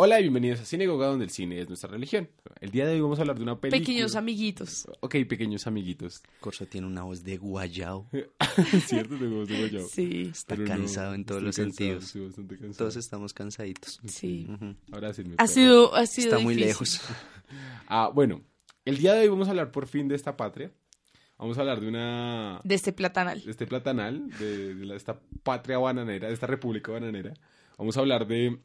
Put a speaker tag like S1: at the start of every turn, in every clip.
S1: Hola y bienvenidos a Sinagoga, donde el cine es nuestra religión. El día de hoy vamos a hablar de una película.
S2: Pequeños amiguitos.
S1: Ok, pequeños amiguitos.
S3: Corso tiene una voz de guayao.
S1: ¿Cierto? De voz de guayabo.
S2: Sí,
S3: Está
S1: Pero no,
S3: cansado en todos los
S1: estoy cansado,
S3: sentidos.
S1: estoy bastante cansado.
S3: Todos estamos cansaditos.
S2: sí.
S3: Ujú.
S1: Ahora sí. me
S2: Ha
S1: pego.
S2: sido, ha sido
S3: Está muy
S2: difícil.
S3: lejos.
S1: Ah, bueno. El día de hoy vamos a hablar por fin de esta patria. Vamos a hablar de una...
S2: De este platanal.
S1: de este platanal, de, de la- esta patria bananera, de esta república bananera. Vamos a hablar de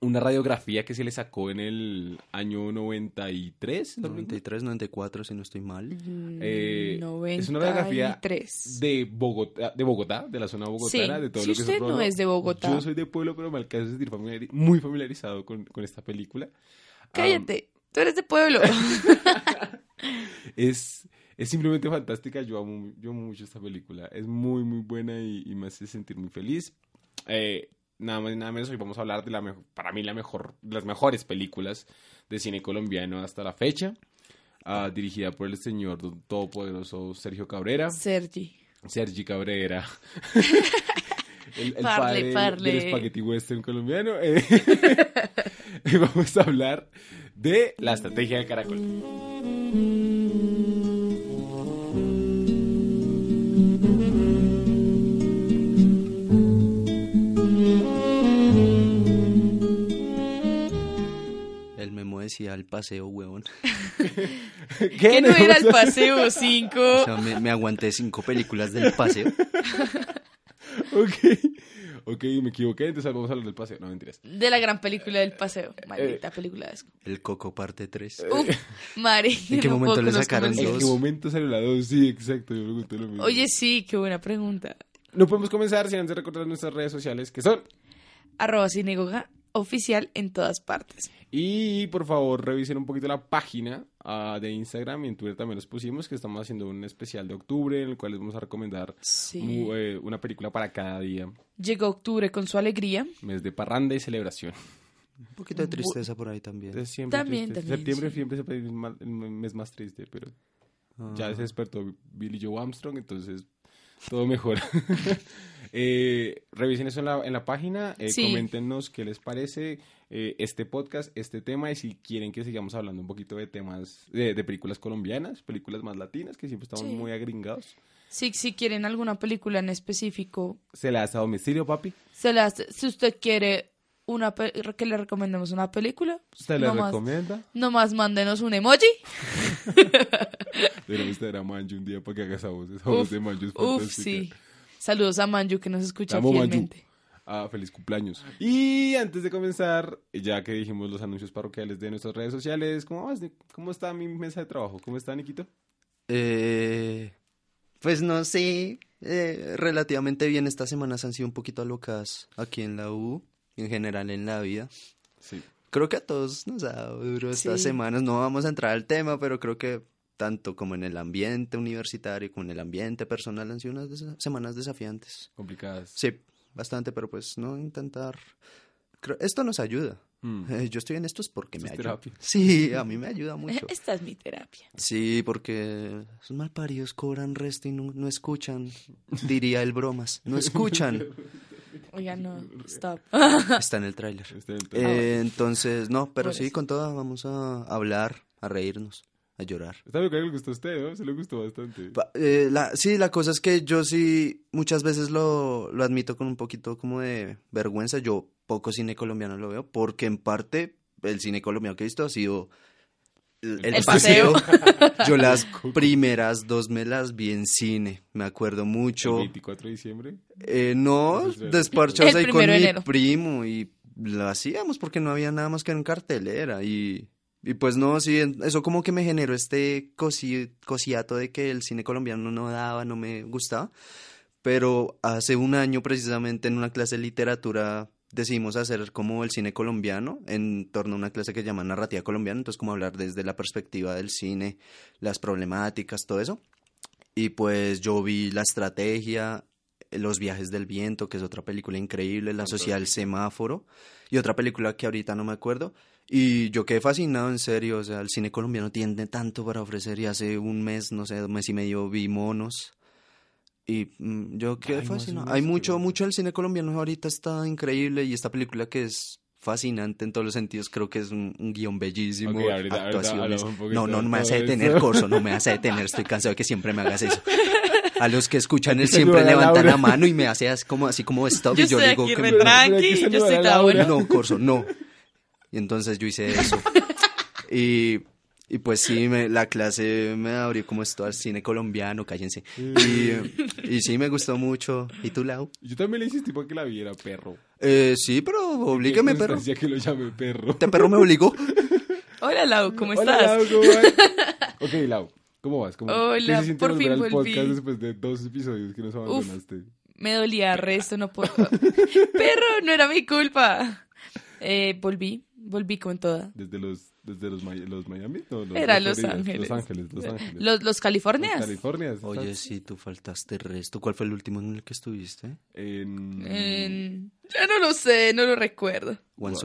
S1: una radiografía que se le sacó en el año 93, ¿no?
S3: 93, 94, si no estoy mal.
S1: Eh, es una radiografía
S2: 93.
S1: de Bogotá, de Bogotá, de la zona bogotana,
S2: Sí,
S1: de todo
S2: si
S1: lo que
S2: usted no
S1: Puebla.
S2: es de Bogotá.
S1: Yo soy de pueblo, pero me alcanzo a sentir familiari- muy familiarizado con, con esta película.
S2: Cállate, tú eres de pueblo.
S1: Ah, es, es simplemente fantástica, yo amo, yo amo mucho esta película. Es muy, muy buena y, y me hace sentir muy feliz. Eh, nada más y nada menos, hoy vamos a hablar de la mejor, para mí la mejor, de las mejores películas de cine colombiano hasta la fecha. Ah, dirigida por el señor todopoderoso Sergio Cabrera.
S2: Ah, Sergi.
S1: Sergi Cabrera. El, el
S2: Parle,
S1: padre del-
S2: parle.
S1: del spaghetti western colombiano. eh. y vamos a hablar de la estrategia del caracol.
S3: El memo decía al paseo, huevón.
S2: Que no era
S1: Vamos
S2: el
S1: a-
S2: paseo 5.
S3: O sea, me, me aguanté cinco películas del paseo.
S1: Ok. Ok, me equivoqué, entonces vamos a hablar del paseo. No, mentiras.
S2: De la gran película del paseo.
S3: Eh,
S2: Maldita película de asco.
S3: El coco parte
S1: Eh,
S3: 3.
S2: Uf, Mari.
S3: eh, ¿En qué
S2: no
S3: momento
S2: puedo
S3: le
S2: con los
S3: sacaron
S1: ¿En
S3: Dos.
S1: qué
S2: comentarios.
S1: momento salió la 2? Sí, exacto, yo pregunté lo mismo.
S2: Oye, sí, qué buena pregunta.
S1: No podemos comenzar sin antes recordar nuestras redes sociales, que son...
S2: Arroba sinagoga oficial en todas partes.
S1: Y por favor, revisen un poquito la página ah, de Instagram y en Twitter también los pusimos, que estamos haciendo un especial de octubre en el cual les vamos a recomendar
S2: Sí.
S1: mu- eh, una película para cada día.
S2: Llegó octubre con su alegría.
S1: Mes de parranda y celebración.
S3: Un poquito de tristeza por ahí también.
S1: Es siempre
S2: También,
S1: triste.
S2: también,
S1: Septiembre
S2: sí.
S1: siempre siempre es el ma- el mes más triste, pero
S3: Ah,
S1: ya se despertó Billy Joe Armstrong, entonces todo mejor. Eh, revisen eso en la, en la página, eh,
S2: Sí.
S1: coméntenos qué les parece eh, este podcast, este tema, y si quieren que sigamos hablando un poquito de temas, de, de películas colombianas, películas más latinas, que siempre estamos
S2: Sí.
S1: muy agringados.
S2: Si, si quieren alguna película en específico,
S1: Se la hace a domicilio, papi.
S2: se la hace- si usted quiere una pe- que le recomendemos una película,
S1: Se la
S2: nomás,
S1: recomienda.
S2: nomás mándenos un emoji.
S1: De la vista de la Manju un día para que haga esa voz. Esa voz
S2: Uf,
S1: de Manju es
S2: uf,
S1: fantástica.
S2: sí. Saludos a Manju que nos escucha
S1: Te amo, Manju.
S2: fielmente.
S1: Ah, feliz cumpleaños. Y antes de comenzar, ya que dijimos los anuncios parroquiales de nuestras redes sociales, ¿cómo vas, Nic? ¿Cómo está mi mesa de trabajo? ¿Cómo está, Niquito?
S3: Eh, pues no sé. eh, relativamente bien. Estas semanas han sido un poquito alocadas aquí en la U. y En general en la vida.
S1: Sí.
S3: Creo que a todos nos ha dado duro estas
S2: Sí.
S3: semanas. No vamos a entrar al tema, pero creo que tanto como en el ambiente universitario como en el ambiente personal han sido unas desa- semanas desafiantes.
S1: Complicadas.
S3: Sí, bastante, pero pues no intentar. creo- Esto nos ayuda.
S1: Mm.
S3: Eh, Yo estoy en estos porque
S1: Esto
S3: me
S1: es
S3: ayuda.
S1: terapia.
S3: Sí, a mí me ayuda mucho.
S2: Esta es mi terapia.
S3: Sí, porque esos malparidos cobran resto y no, no escuchan, diría el bromas. No escuchan.
S2: Oiga, no, stop.
S3: Está en el tráiler.
S1: Este, entonces,
S3: Eh, entonces, no, pero sí,
S2: Pobrecito.
S3: con toda vamos a hablar, a reírnos, a llorar.
S1: Ah, Está bien que le gustó a usted, ¿no? Se le gustó bastante.
S3: Pa- eh, la- sí, la cosa es que yo sí muchas veces lo, lo admito con un poquito como de vergüenza. Yo poco cine colombiano lo veo porque en parte el cine colombiano que he visto ha sido el,
S1: El
S3: el
S2: paseo.
S3: paseo. Yo las primeras dos me las vi en cine, me acuerdo
S1: El
S3: mucho.
S1: 24 de diciembre.
S3: Eh, no,
S1: Eso es verdad.
S3: desparchados
S2: El
S3: ahí con
S2: primero de
S3: mi
S2: enero.
S3: primo y lo hacíamos porque no había nada más que en cartelera y, y pues no, sí, en- eso como que me generó este cosi, cosiato de que el cine colombiano no daba, no me gustaba, pero hace un año precisamente en una clase de literatura decidimos hacer como el cine colombiano en torno a una clase que llama narrativa colombiana, entonces como hablar desde la perspectiva del cine, las problemáticas, todo eso. Y pues yo vi La Estrategia, Los Viajes del Viento, que es otra película increíble, La Sociedad del Semáforo, y otra película que ahorita no me acuerdo. Y yo quedé fascinado, en serio, o sea, el cine colombiano tiene tanto para ofrecer y hace un mes, no sé, un mes y medio vi Monos. Y mm, yo
S1: Ay,
S3: quedé
S1: no, hace un
S3: fascinado.
S1: mes,
S3: Hay
S1: qué
S3: mucho,
S1: bueno.
S3: mucho del cine colombiano ahorita está increíble y esta película que es fascinante en todos los sentidos. Creo que es un, un guión bellísimo.
S1: Ok, ahorita- ahorita
S3: actuaciones.
S1: hablamos un poquito
S3: no, no, no me
S1: de
S3: hace
S1: todo
S3: detener,
S1: eso.
S3: Corso, no me hace detener. Estoy cansado de que siempre me hagas eso. A los que escuchan él
S1: Aquí
S3: siempre
S1: saluda a
S3: levantan la
S1: Laura.
S3: mano y me hace as- como, así como stop.
S2: Yo
S3: y yo
S2: estoy
S3: digo
S2: aquí
S3: que
S2: re
S3: no.
S1: Pero
S2: tranqui,
S1: aquí
S2: yo
S1: saluda
S2: estoy
S1: a
S2: tan
S1: Laura.
S2: buena.
S3: No, Corso, no. Y entonces yo hice eso. Y, y pues sí, me- la clase me abrió como esto al cine colombiano, cállense. Y, y sí, me gustó mucho. ¿Y tú, Lau?
S1: Yo también le insistí para que la viera, perro.
S3: Eh, sí, pero oblígame, perro.
S1: Decía que lo llame perro.
S3: Este perro me obligó.
S2: Hola Lau, ¿cómo
S1: Hola,
S2: estás?
S1: Lau, ¿cómo vas? ok, Lau, ¿cómo vas? ¿Cómo vas?
S2: Hola,
S1: ¿Qué se siente
S2: por
S1: volver
S2: fin
S1: al
S2: volví.
S1: podcast después de dos episodios que nos abandonaste?
S2: Me dolía resto, no puedo. Perro, no era mi culpa. Eh, volví, volví con toda.
S1: Desde los, desde los, Mi- los Miami, no, los,
S2: Era
S1: los
S2: Los
S1: Floridas,
S2: Ángeles.
S1: Los Ángeles, Los Ángeles.
S2: ¿Los, los
S1: Los
S2: Californias?
S1: Californias. ¿estás?
S3: Oye, sí, tú faltaste resto. ¿Cuál fue el último en el que estuviste?
S1: En...
S3: Mm.
S2: Eh, ya no lo sé, no lo recuerdo.
S3: Once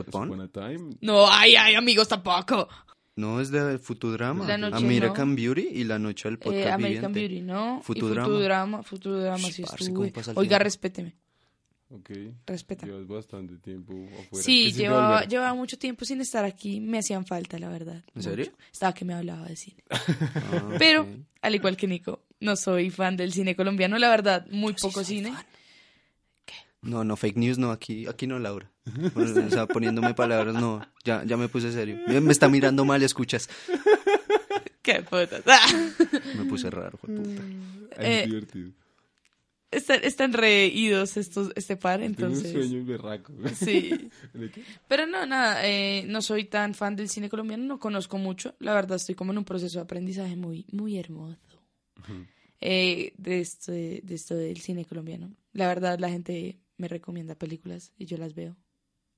S1: Once
S3: Upon.
S1: a Time.
S2: No, ay, ay, amigos, tampoco.
S3: No, es de Futurama.
S2: La noche
S3: American Beauty y La Noche del Podcast
S2: Eh, American
S3: Viviente.
S2: Beauty, ¿no? Y
S3: Futurama.
S2: Futurama, Futurama,
S3: Ush,
S2: sí
S3: parce,
S2: estuve.
S3: ¿cómo pasa el
S2: Oiga,
S3: tiempo?
S2: respéteme,
S1: Ok.
S2: respétame.
S1: Llevas bastante tiempo afuera.
S2: Sí,
S1: ¿Qué siente
S2: llevaba,
S1: volver?
S2: llevaba mucho tiempo sin estar aquí. Me hacían falta, la verdad.
S3: ¿En serio?
S2: Mucho. Estaba que me hablaba de cine.
S3: Ah,
S2: Pero,
S3: ok.
S2: al igual que Nico, no soy fan del cine colombiano, la verdad, muy poco cine.
S3: No, no, fake news no, aquí, aquí no, Laura. O sea, poniéndome palabras, no, ya, ya me puse serio. Me, me está mirando mal, escuchas.
S2: Qué putas. Ah,
S3: Me puse raro, puta.
S1: Ay, es
S2: Eh,
S1: divertido.
S2: están, están reídos estos, este par, entonces.
S1: Tengo un sueño berraco.
S2: Sí.
S1: ¿De qué?
S2: Pero no, nada, eh, no soy tan fan del cine colombiano, no conozco mucho. La verdad, estoy como en un proceso de aprendizaje muy, muy hermoso. eh, de, esto, de esto del cine colombiano. La verdad, la gente me recomienda películas y yo las veo.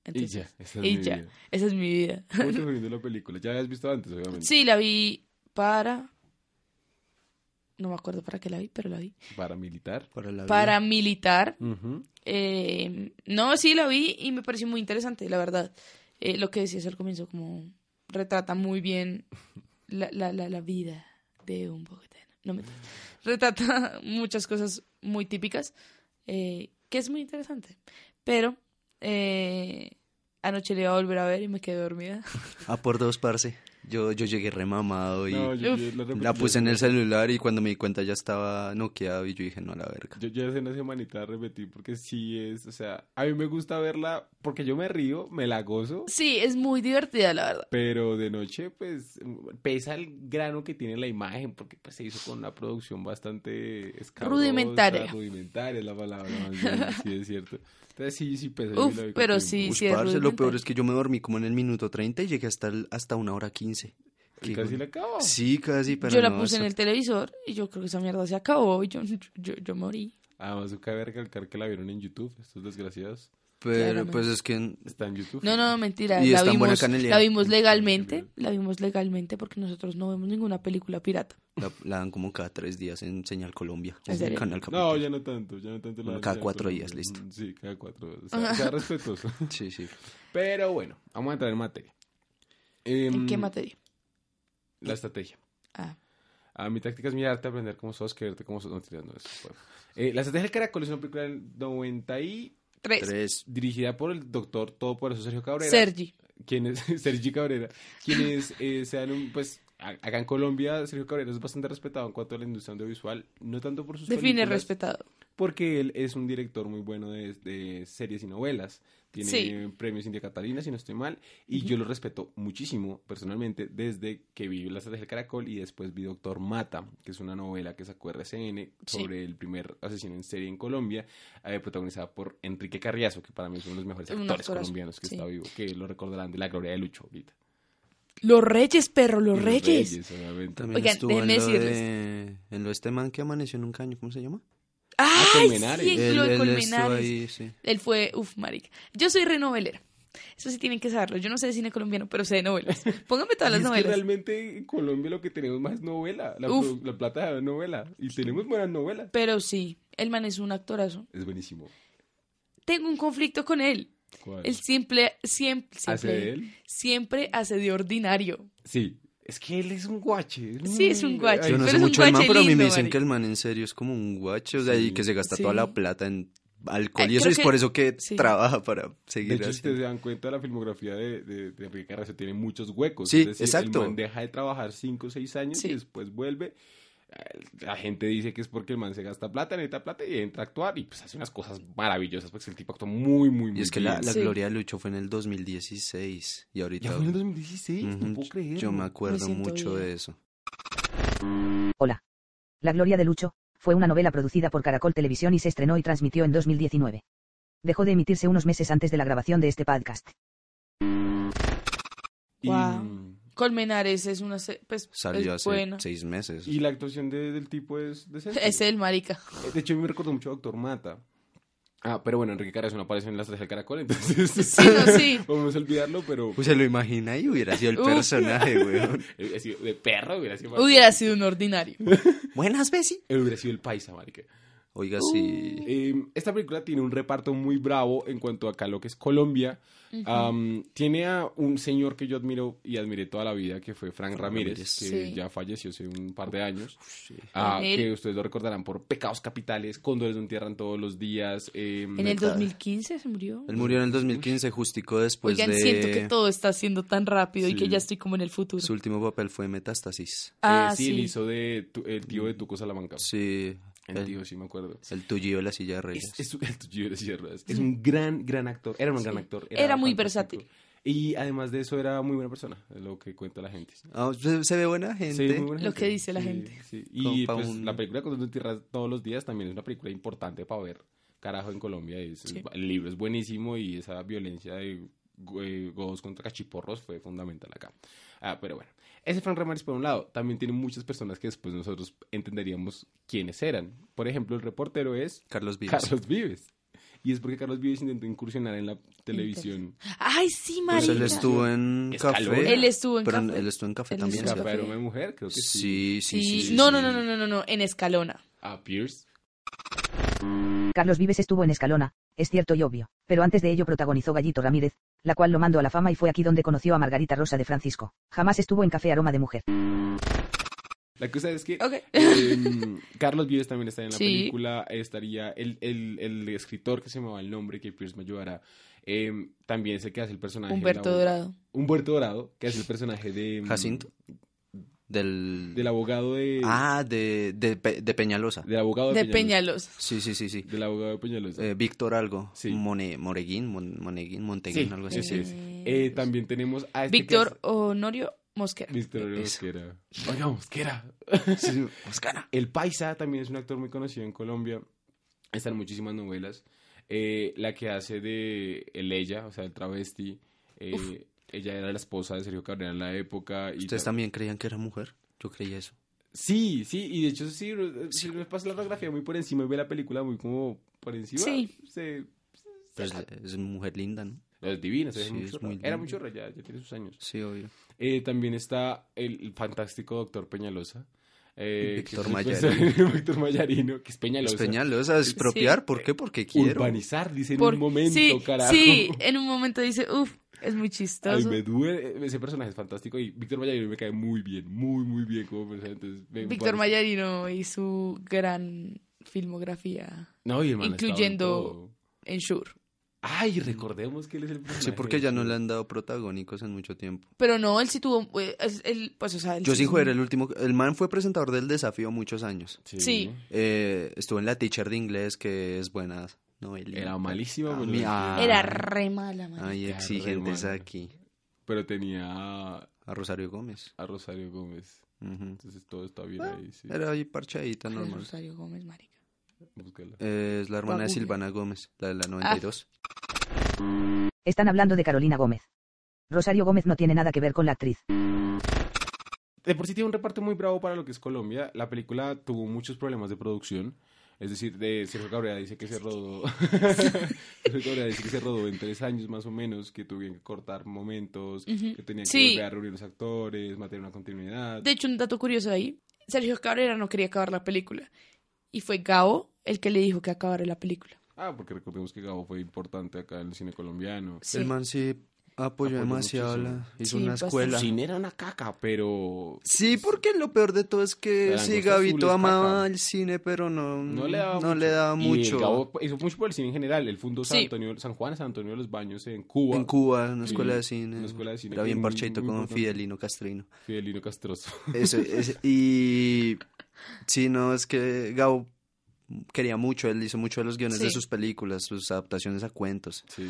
S1: Y
S2: Entonces,
S1: ya. Esa es
S2: y
S1: mi
S2: ya.
S1: vida.
S2: esa es mi vida.
S1: ¿Cómo te fue viendo la película? Ya la has visto antes, obviamente.
S2: Sí, la vi para... No me acuerdo para qué la vi, pero la vi.
S1: Para militar.
S3: Para la vida.
S2: Para militar.
S1: Ujú.
S2: Eh, no, sí, la vi y me pareció muy interesante, la verdad. Eh, lo que decías al comienzo, como retrata muy bien la, la, la, la vida de un bogotano. No me Retrata muchas cosas muy típicas, eh, que es muy interesante. Pero eh, anoche le iba a volver a ver y me quedé dormida.
S3: Ah, por dos, parce. Yo, yo llegué remamado y
S1: No, yo, yo la, repetí
S3: la puse en el
S1: hace-
S3: celular y cuando me di cuenta ya estaba noqueado y yo dije, no, a la verga.
S1: Yo ya hace una semanita la repetí porque sí es, o sea, a mí me gusta verla porque yo me río, me la gozo,
S2: Sí, es muy divertida, la verdad.
S1: pero de noche pues pesa el grano que tiene la imagen porque pues se hizo con una producción bastante escabrosa,
S2: Rudimentaria.
S1: Rudimentaria es la palabra, más bien, sí es cierto. Entonces sí, sí pesa. yo
S2: Uf,
S1: la vi con
S2: pero
S1: tiempo.
S2: sí,
S3: Uy,
S2: sí es
S3: parce, lo peor
S2: rudimentario.
S3: es que yo me dormí como en el minuto 30 y llegué hasta, el- hasta una hora 15.
S1: Y
S3: Qué
S1: casi
S3: güey.
S1: la acabo.
S3: Sí, casi, pero
S2: yo la
S3: no,
S2: puse en
S3: eso-
S2: el televisor y yo creo que esa mierda se acabó y yo, yo, yo morí.
S1: Además, cabe recalcar que la vieron en YouTube, estos desgraciados.
S3: Pero
S2: Claramente.
S3: pues es que
S1: Está en YouTube.
S2: No, no, mentira.
S3: Y
S2: la,
S3: es tan buena
S2: vimos,
S3: canelera.
S2: la vimos legalmente.
S1: Canelera.
S2: La vimos legalmente porque nosotros no vemos ninguna película pirata.
S3: la, la dan como cada tres días en Señal Colombia.
S2: ¿En serio?
S3: Canal
S1: No,
S3: Capital.
S1: ya no tanto, ya no tanto. la-
S3: Bueno, cada
S1: ya,
S3: cuatro
S1: pero-
S3: días, listo.
S1: Sí, cada cuatro. O sea, sea respetuoso.
S3: Sí, sí.
S1: Pero bueno, vamos a entrar en materia.
S2: ¿En
S1: Em,
S2: qué materia?
S1: La estrategia.
S2: Ah,
S1: Ah, mi táctica es mirarte, aprender cómo sos, quererte cómo sos. No, mentira, no, eso fue. Eh, La estrategia del caracol es una película del 90 y
S2: tres.
S3: Tres.
S1: dirigida por el doctor todo poderoso Sergio Cabrera.
S2: Sergi.
S1: quien es Sergi Cabrera, quienes eh, sean un, pues a- acá en Colombia Sergio Cabrera es bastante respetado en cuanto a la industria audiovisual, no tanto por sus
S2: Define
S1: películas,
S2: respetado.
S1: porque él es un director muy bueno de, de series y novelas. Tiene
S2: Sí.
S1: premios India Catalina, si no estoy mal, y yo lo respeto muchísimo personalmente desde que vi La Estrategia del Caracol y después vi Doctor Mata, que es una novela que sacó RCN
S2: Sí.
S1: sobre el primer asesino en serie en Colombia, eh, protagonizada por Enrique Carriazo, que para mí es uno de los mejores
S2: Un
S1: actores
S2: actorazo,
S1: colombianos que
S2: sí.
S1: está vivo, que lo recordarán de La Gloria de Lucho ahorita.
S2: Los reyes, perro, los
S1: Y
S2: reyes.
S1: obviamente.
S3: También
S2: Oigan,
S3: estuvo en
S2: déjenme
S3: lo,
S2: decirles.
S3: de, en lo de este man que amaneció en un caño, ¿cómo se llama?
S1: Ah,
S2: ¡Ay,
S1: Colmenares.
S2: sí!
S3: Él-
S2: Lo de
S3: él estuvo
S2: Colmenares.
S3: ahí, sí.
S2: Él fue, uff, marica. Yo soy renovelera. Eso sí tienen que saberlo. Yo no sé de cine colombiano, pero sé de novelas. Pónganme todas
S1: Y
S2: las
S1: es que
S2: novelas.
S1: realmente en Colombia lo que tenemos más es novela. La,
S2: Uf.
S1: produ- la plata de novela. Y tenemos buenas novelas.
S2: Pero sí, el man es un actorazo.
S1: Es buenísimo.
S2: Tengo un conflicto con él.
S1: ¿Cuál?
S2: Él siempre, siempre, siempre,
S3: ¿Ah,
S1: ¿Hace de él?
S2: siempre hace de ordinario.
S1: Sí. Es que él es un guache.
S2: Sí, es un guache. pero
S3: Yo no
S2: es
S3: sé
S2: un
S3: mucho del man,
S2: guache
S3: pero a mí me
S2: lindo,
S3: dicen
S2: marica.
S3: que el man en serio es como un guache, o sea,
S1: Sí.
S3: y que se gasta toda
S2: Sí.
S3: la plata en alcohol
S2: Eh,
S3: y eso
S2: creo
S3: es
S2: que-
S3: por eso que
S2: sí.
S3: trabaja para
S1: De
S3: seguir
S1: hecho, si
S3: haciendo.
S1: ustedes se dan cuenta, la filmografía de, de, de Enrique Carrasco tiene muchos huecos.
S3: Sí,
S1: es decir,
S3: exacto.
S1: El man deja de trabajar 5 o 6 años
S2: Sí.
S1: y después vuelve. Eh, La gente dice que es porque el man se gasta plata, necesita plata y entra a actuar y pues hace unas cosas maravillosas porque el tipo actúa muy, muy, muy
S3: Y es que
S1: bien.
S3: la, la
S2: Sí.
S3: gloria de Lucho fue en el 2016 y ahorita...
S1: Ya fue en el 2016,
S3: Ujú,
S1: no puedo creer.
S3: Yo me
S1: man.
S3: acuerdo
S2: siento
S3: mucho
S2: bien.
S3: de eso.
S4: Hola. La Gloria de Lucho, fue una novela producida por Caracol Televisión y se estrenó y transmitió en 2019. Dejó de emitirse unos meses antes de la grabación de este podcast.
S1: Y-
S2: Guau. Colmenares es una. se- Pues,
S3: Salió
S2: es
S3: hace
S2: bueno.
S3: seis meses.
S1: Y, la actuación de- del tipo es decente.
S2: Es el marica.
S1: De hecho, a mí me recuerdo mucho a Doctor Mata. Ah, pero bueno, Enrique Carrasco no aparece en las tres del caracol, entonces...
S2: Sí, no, sí.
S1: Vamos a olvidarlo, pero...
S3: Pues se lo imagina y hubiera sido el
S2: Uf.
S3: personaje, weón.
S1: Hubiera sido eh, de perro hubiera sido...
S2: Hubiera sido un ordinario.
S3: Buenas, Bessie.
S1: Eh, Hubiera sido el paisa, marica.
S3: Oiga, sí.
S1: Eh, esta película tiene un reparto muy bravo en cuanto acá a lo que es Colombia. Am, tiene a un señor que yo admiro y admiré toda la vida, que fue Frank
S3: Frank
S1: Ramírez,
S3: Ramírez.
S1: que
S2: Sí.
S1: ya falleció hace un par de años. Ah,
S2: Él-
S1: que ustedes lo recordarán por Pecados Capitales, Cóndores no entierran todos los días. em,
S2: En el
S3: Neta.
S2: 2015 se murió.
S3: Él murió en el 2015, justico después
S2: Oigan,
S3: Pues de...
S2: siento que todo está siendo tan rápido y
S1: Sí.
S2: que ya estoy como en el futuro.
S3: Su último papel fue Metástasis.
S2: Ah,
S1: eh, sí,
S2: sí.
S1: el hizo de tu- el tío de Tuco Salamanca.
S3: Sí.
S1: El tío,
S3: El,
S1: sí me acuerdo.
S3: el tullido de la silla de reyes.
S1: Es, es un- el tuyo de Sierra, es- es un gran, gran actor. Era un
S2: Sí.
S1: gran actor.
S2: Era muy
S1: fantástico.
S2: versátil.
S1: Y además de eso, era muy buena persona, es lo que cuenta la gente.
S3: Ah, se, se ve buena
S1: Sí,
S3: gente.
S1: muy buena gente.
S2: Lo que dice la
S1: Sí,
S2: gente.
S1: sí. Y
S3: Compa,
S1: pues
S3: un-
S1: la película Cuando te tierras todos los días también es una película importante para ver. Carajo, en Colombia es,
S2: Sí.
S1: el libro es buenísimo y esa violencia de go- eh, godos contra cachiporros fue fundamental acá. Ah, pero bueno, ese Frank Ramírez por un lado, también tiene muchas personas que después nosotros entenderíamos quiénes eran. Por ejemplo, el reportero es
S3: Carlos Vives.
S1: Carlos Vives. Y es porque Carlos Vives intentó incursionar en la televisión.
S2: Ay, sí,
S3: Pues
S2: marica.
S3: él estuvo en
S1: Escalona.
S3: café.
S2: Él estuvo en
S3: pero
S2: Café.
S3: él estuvo en café
S2: Él
S3: también.
S2: estuvo en
S3: ¿sí?
S2: Café.
S1: ¿eh? Café Aroma de mujer, creo que sí.
S3: Sí, sí, sí.
S2: Sí,
S3: sí,
S2: no,
S3: sí.
S2: no, no, no, no, no, no, en Escalona.
S1: A Ah, Pierce.
S4: Carlos Vives estuvo en Escalona, es cierto y obvio, pero antes de ello protagonizó Gallito Ramírez, la cual lo mandó a la fama y fue aquí donde conoció a Margarita Rosa de Francisco. Jamás estuvo en Café Aroma de Mujer.
S1: La cosa es que
S2: Ok.
S1: Em, Carlos Vives también está en la
S2: Sí.
S1: película. Estaría el, el- el escritor que se me va el nombre, que Pierce me ayudará. em, también es el que hace el personaje. en la
S2: Humberto
S1: bo-
S2: Dorado.
S1: Humberto Dorado, que hace el personaje de. em,
S3: Jacinto. Del...
S1: Del abogado de.
S3: Ah, de, de, Pe- de Peñalosa.
S1: Del abogado de, E.
S2: De Peñalos.
S3: Sí, sí, sí, sí.
S1: Del abogado de Peñalosa.
S3: Eh, Víctor algo.
S1: Sí.
S3: Mone- Moreguín, Mon- Moneguín, Monteguín,
S1: Sí,
S3: algo
S1: sí,
S3: así.
S1: sí.
S3: sí.
S1: Eh, también tenemos a este que
S2: Víctor Honorio Mosquera.
S1: hace- Víctor Oreo
S3: Eso.
S1: Mosquera. Oiga, Mosquera.
S3: Sí, Oscara.
S1: El Paisa también es un actor muy conocido en Colombia. Están muchísimas novelas. Eh, la que hace de el ella, o sea, el travesti. eh, ella era la esposa de Sergio Cabrera en la época. Y
S3: ¿Ustedes
S1: ta-
S3: también creían que era mujer? Yo creía eso.
S1: Sí, sí, y de hecho sí, eh, si uno pasa la radiografía muy por encima y ve la película muy como por encima.
S2: Sí.
S1: se-
S3: Pero es, Pues, es mujer linda, ¿no?
S1: es divina, se ve
S3: Sí,
S1: muy
S3: es
S1: chorra.
S3: muy
S1: era
S3: linda.
S1: muy chorra, ya, ya tiene sus años.
S3: Sí, obvio.
S1: Eh, también está el, el fantástico doctor Peñalosa. eh, que
S3: Víctor
S1: es el
S3: Mayarino.
S1: personaje- Víctor Mayarino, que es Peñalosa.
S3: Es Peñalosa, es expropiar. ¿Por qué? Porque quiero.
S1: urbanizar, dice en
S2: Por-
S1: un momento,
S2: sí,
S1: carajo.
S2: sí, en un momento dice, uff, es muy
S1: Ay,
S2: chistoso.
S1: me duele. Ese personaje es fantástico y Víctor Mayarino me cae muy bien, muy, muy bien como personaje. entonces, me-
S2: Víctor
S1: parece-
S2: Mayarino y su gran filmografía
S1: No, y el man ha estado en
S2: incluyendo-
S1: todo.
S2: en Shure.
S1: Ay, recordemos que él es el personaje.
S3: Sí, porque ya no le han dado protagónicos en mucho tiempo.
S2: Pero no, él sí tuvo, eh, es- él, pues, o sea, él
S3: Yo
S2: sí
S3: sin joder, el último... El man fue presentador del desafío muchos años.
S1: Sí.
S2: Sí.
S3: Eh, estuvo en La Teacher de Inglés, que es buena novela.
S1: Era malísimo,
S3: Ah,
S1: pero,
S3: mi- ah.
S2: Era re mala, man.
S3: Hay
S1: Qué
S3: exigentes
S1: remano.
S3: aquí.
S1: pero tenía a,
S3: A Rosario Gómez.
S1: a Rosario Gómez.
S3: Ujú.
S1: Entonces todo está bien ahí. Sí.
S3: Ah, Era ahí parchadita,
S2: Ay,
S3: normal.
S2: Rosario Gómez, marica.
S1: Búscala.
S3: Eh, es la hermana de
S2: Google.
S3: Silvana Gómez, la de
S2: Ah,
S3: la 92.
S4: Están hablando de Carolina Gómez. Rosario Gómez no tiene nada que ver con la actriz.
S1: De por sí tiene un reparto muy bravo para lo que es Colombia. La película tuvo muchos problemas de producción. Es decir, de Sergio Cabrera dice que se rodó. Sergio Cabrera dice que se rodó en tres años más o menos, que tuvieron que cortar momentos,
S2: Ujú.
S1: que tenían que
S2: Sí.
S1: volver a reunir los actores, mantener una continuidad.
S2: De hecho, un dato curioso ahí, Sergio Cabrera no quería acabar la película. Y fue Gao el que le dijo que acabara la película.
S1: Ah, porque recordemos que Gabo fue importante acá en el cine colombiano.
S2: Sí.
S3: El man sí
S1: Apoyó
S3: apoyó demasiado la...
S1: muchísimo.
S3: Hizo
S2: Sí,
S3: una
S2: bastante.
S3: escuela.
S1: Sin era una caca, pero
S3: Sí, porque lo peor de todo es que
S1: La
S3: sí,
S1: langosta azul
S3: Gabito
S1: es
S3: amaba
S1: caca.
S3: el cine, pero no,
S1: no le daba mucho.
S3: le daba
S1: Y el
S3: mucho.
S1: Gabo hizo mucho por el cine en general. El Fundo San,
S2: Sí.
S1: Antonio, San Juan, San Antonio de los Baños en Cuba.
S3: En Cuba, en una
S1: Sí,
S3: escuela de cine.
S1: una escuela de cine
S3: Era
S1: que
S3: bien
S1: muy-
S3: parcheito
S1: muy
S3: con
S1: importante.
S3: Fidelino Castrino.
S1: Fidelino Castroso.
S3: Eso, es- y sí, no, es que Gabo quería mucho, él hizo mucho de los guiones de
S2: Sí.
S3: sus películas, sus adaptaciones a cuentos,
S1: Sí,